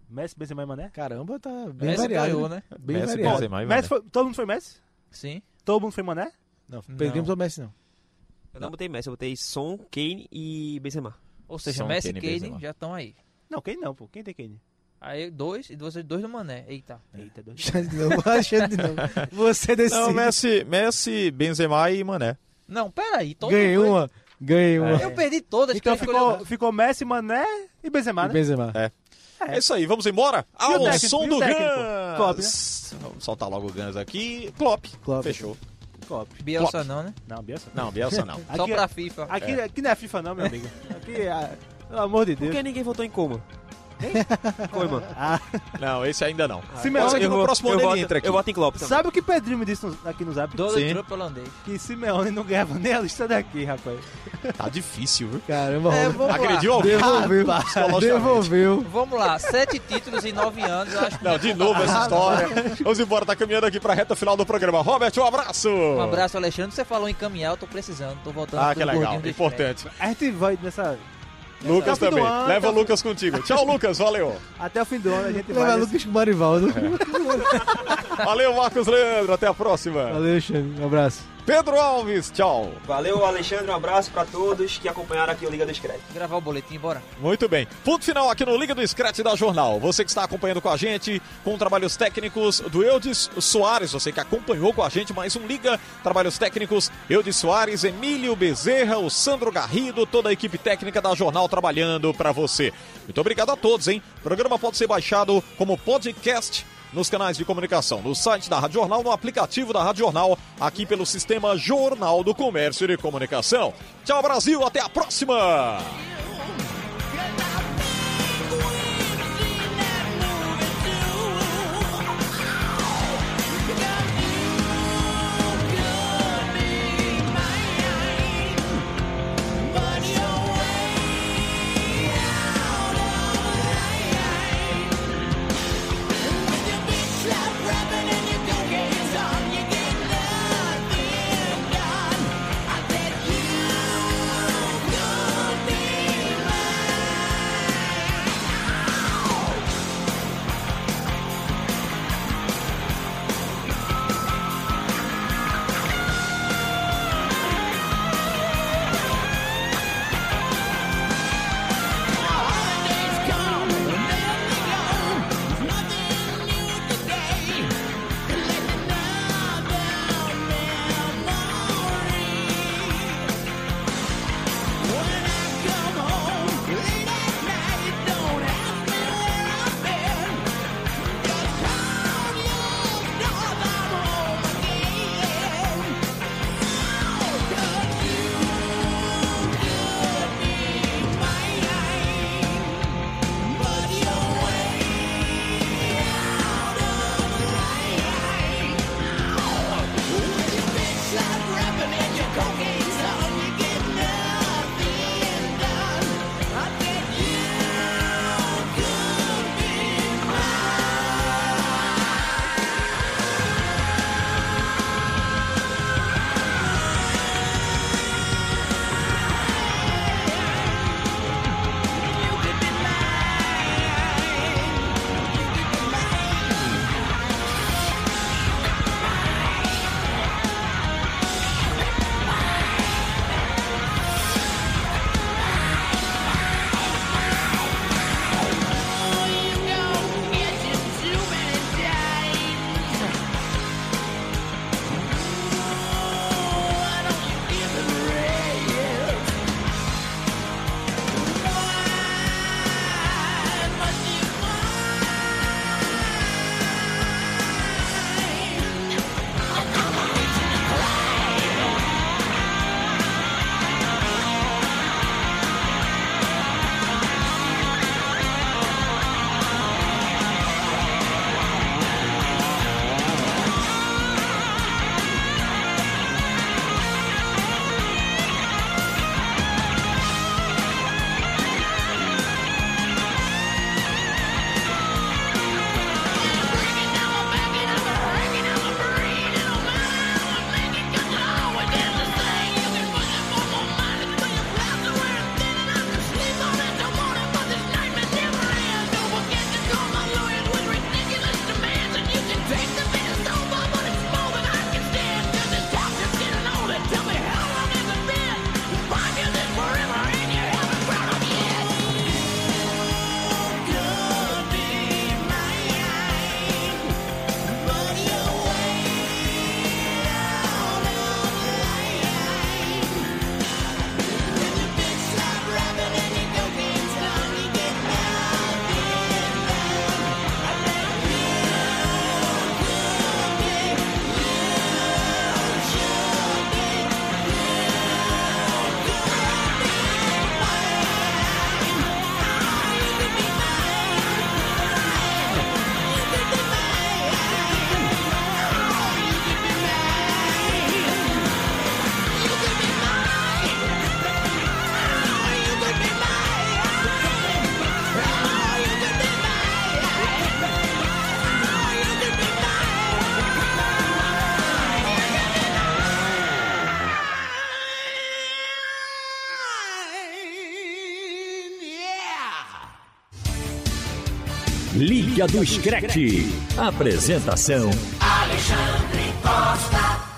F: Messi, Benzema e Mané.
E: Caramba, tá bem
H: Messi
E: variado.
H: ganhou, né?
E: Bem
D: Messi,
E: variado.
D: É, Benzema e Mané.
F: Messi foi, todo mundo foi Messi?
H: Sim.
F: Todo mundo foi Mané?
E: Não, perdemos o Messi, não.
G: Eu não botei Messi, eu botei Son, Kane e Benzema.
H: Ou seja,
D: Son,
H: Messi e
D: Kane e
H: Kane
D: Benzema.
H: já estão aí.
F: Não, quem não, pô. Quem tem Kane?
H: Aí dois, e vocês dois do Mané. Eita.
G: Eita, dois.
E: Alexandre de novo, Alexandre de novo. Você decide.
D: Não, Messi, Messi, Benzema e Mané.
H: Não, peraí. Todo
E: Ganhei
H: mundo-
E: uma, ganhei uma.
H: Eu perdi todas.
F: Então
H: que eu
F: ficou,
H: escolhi-
F: ficou Messi, Mané e Benzema,
E: E
F: né?
E: Benzema.
D: É isso aí, vamos embora? Ao
F: técnico?
D: som
F: E o
D: do
F: técnico?
D: Gans!
F: Klopp,
D: Vamos soltar logo o Gans aqui. Klopp.
E: Klopp.
D: Fechou.
H: Bielsa não, né?
F: Não, Bielsa.
D: Não, Bielsa não.
H: Só
F: Aqui- é-
H: pra FIFA.
F: Aqui, aqui não é FIFA não, meu amigo. Aqui é... ah, Pelo amor de
G: Por
F: Deus.
G: que ninguém votou em coma? Coma.
D: não, esse ainda não.
F: Simeone-
D: Pode ser que
G: eu
D: no
G: vou-
D: próximo
G: eu
D: ano
G: voto-
D: ele entra aqui.
G: Eu voto em Klopp também.
F: Sabe o que Pedrinho me disse no- aqui no Zap?
H: Donald
D: Sim.
H: Trump holandês.
F: Que Simeone não ganhava nem a lista daqui, rapaz.
D: Tá difícil, viu?
E: Caramba,
H: É,
E: Robert.
H: vamos lá.
D: Oh, Agrediu ao
E: Devolveu.
D: psicologicamente.
E: Devolveu.
H: Vamos lá. Sete títulos em nove anos. Eu acho
D: Não, de novo essa história. Vamos embora, tá caminhando aqui pra reta final do programa. Robert, um abraço!
H: Um abraço, Alexandre. Você falou em caminhar, eu tô precisando, tô voltando.
D: Ah,
H: tudo
D: que legal,
H: gordinho do
D: importante.
F: A gente vai nessa...
D: Lucas
F: Até o fim do
D: também.
F: ano,
D: Leva o
F: até o
D: Lucas contigo. Tchau, Lucas, valeu.
F: Até o fim do ano a gente vai...
E: Leva
F: nesse-
E: Lucas com Marivaldo.
D: Valeu, Marcos Leandro, até a próxima.
E: Valeu, Alexandre. Um abraço.
D: Pedro Alves, tchau.
G: Valeu, Alexandre. Um abraço pra todos que acompanharam aqui o Liga dos Créditos.
H: Scratch. Gravar o boletim, bora.
D: Muito bem. Ponto final aqui no Liga do Scratch da Jornal. Você que está acompanhando com a gente, com trabalhos técnicos do Eudes Soares, você que acompanhou com a gente mais um Liga, trabalhos técnicos Eudes Soares, Emílio Bezerra, o Sandro Garrido, toda a equipe técnica da Jornal trabalhando para você. Muito obrigado a todos, hein? O programa pode ser baixado como podcast nos canais de comunicação, no site da Rádio Jornal, no aplicativo da Rádio Jornal, aqui pelo sistema Jornal do Comércio e de Comunicação. Tchau, Brasil, até a próxima!
A: I bet you could be
B: Liga do Screte. Apresentação:
A: Alexandre Costa.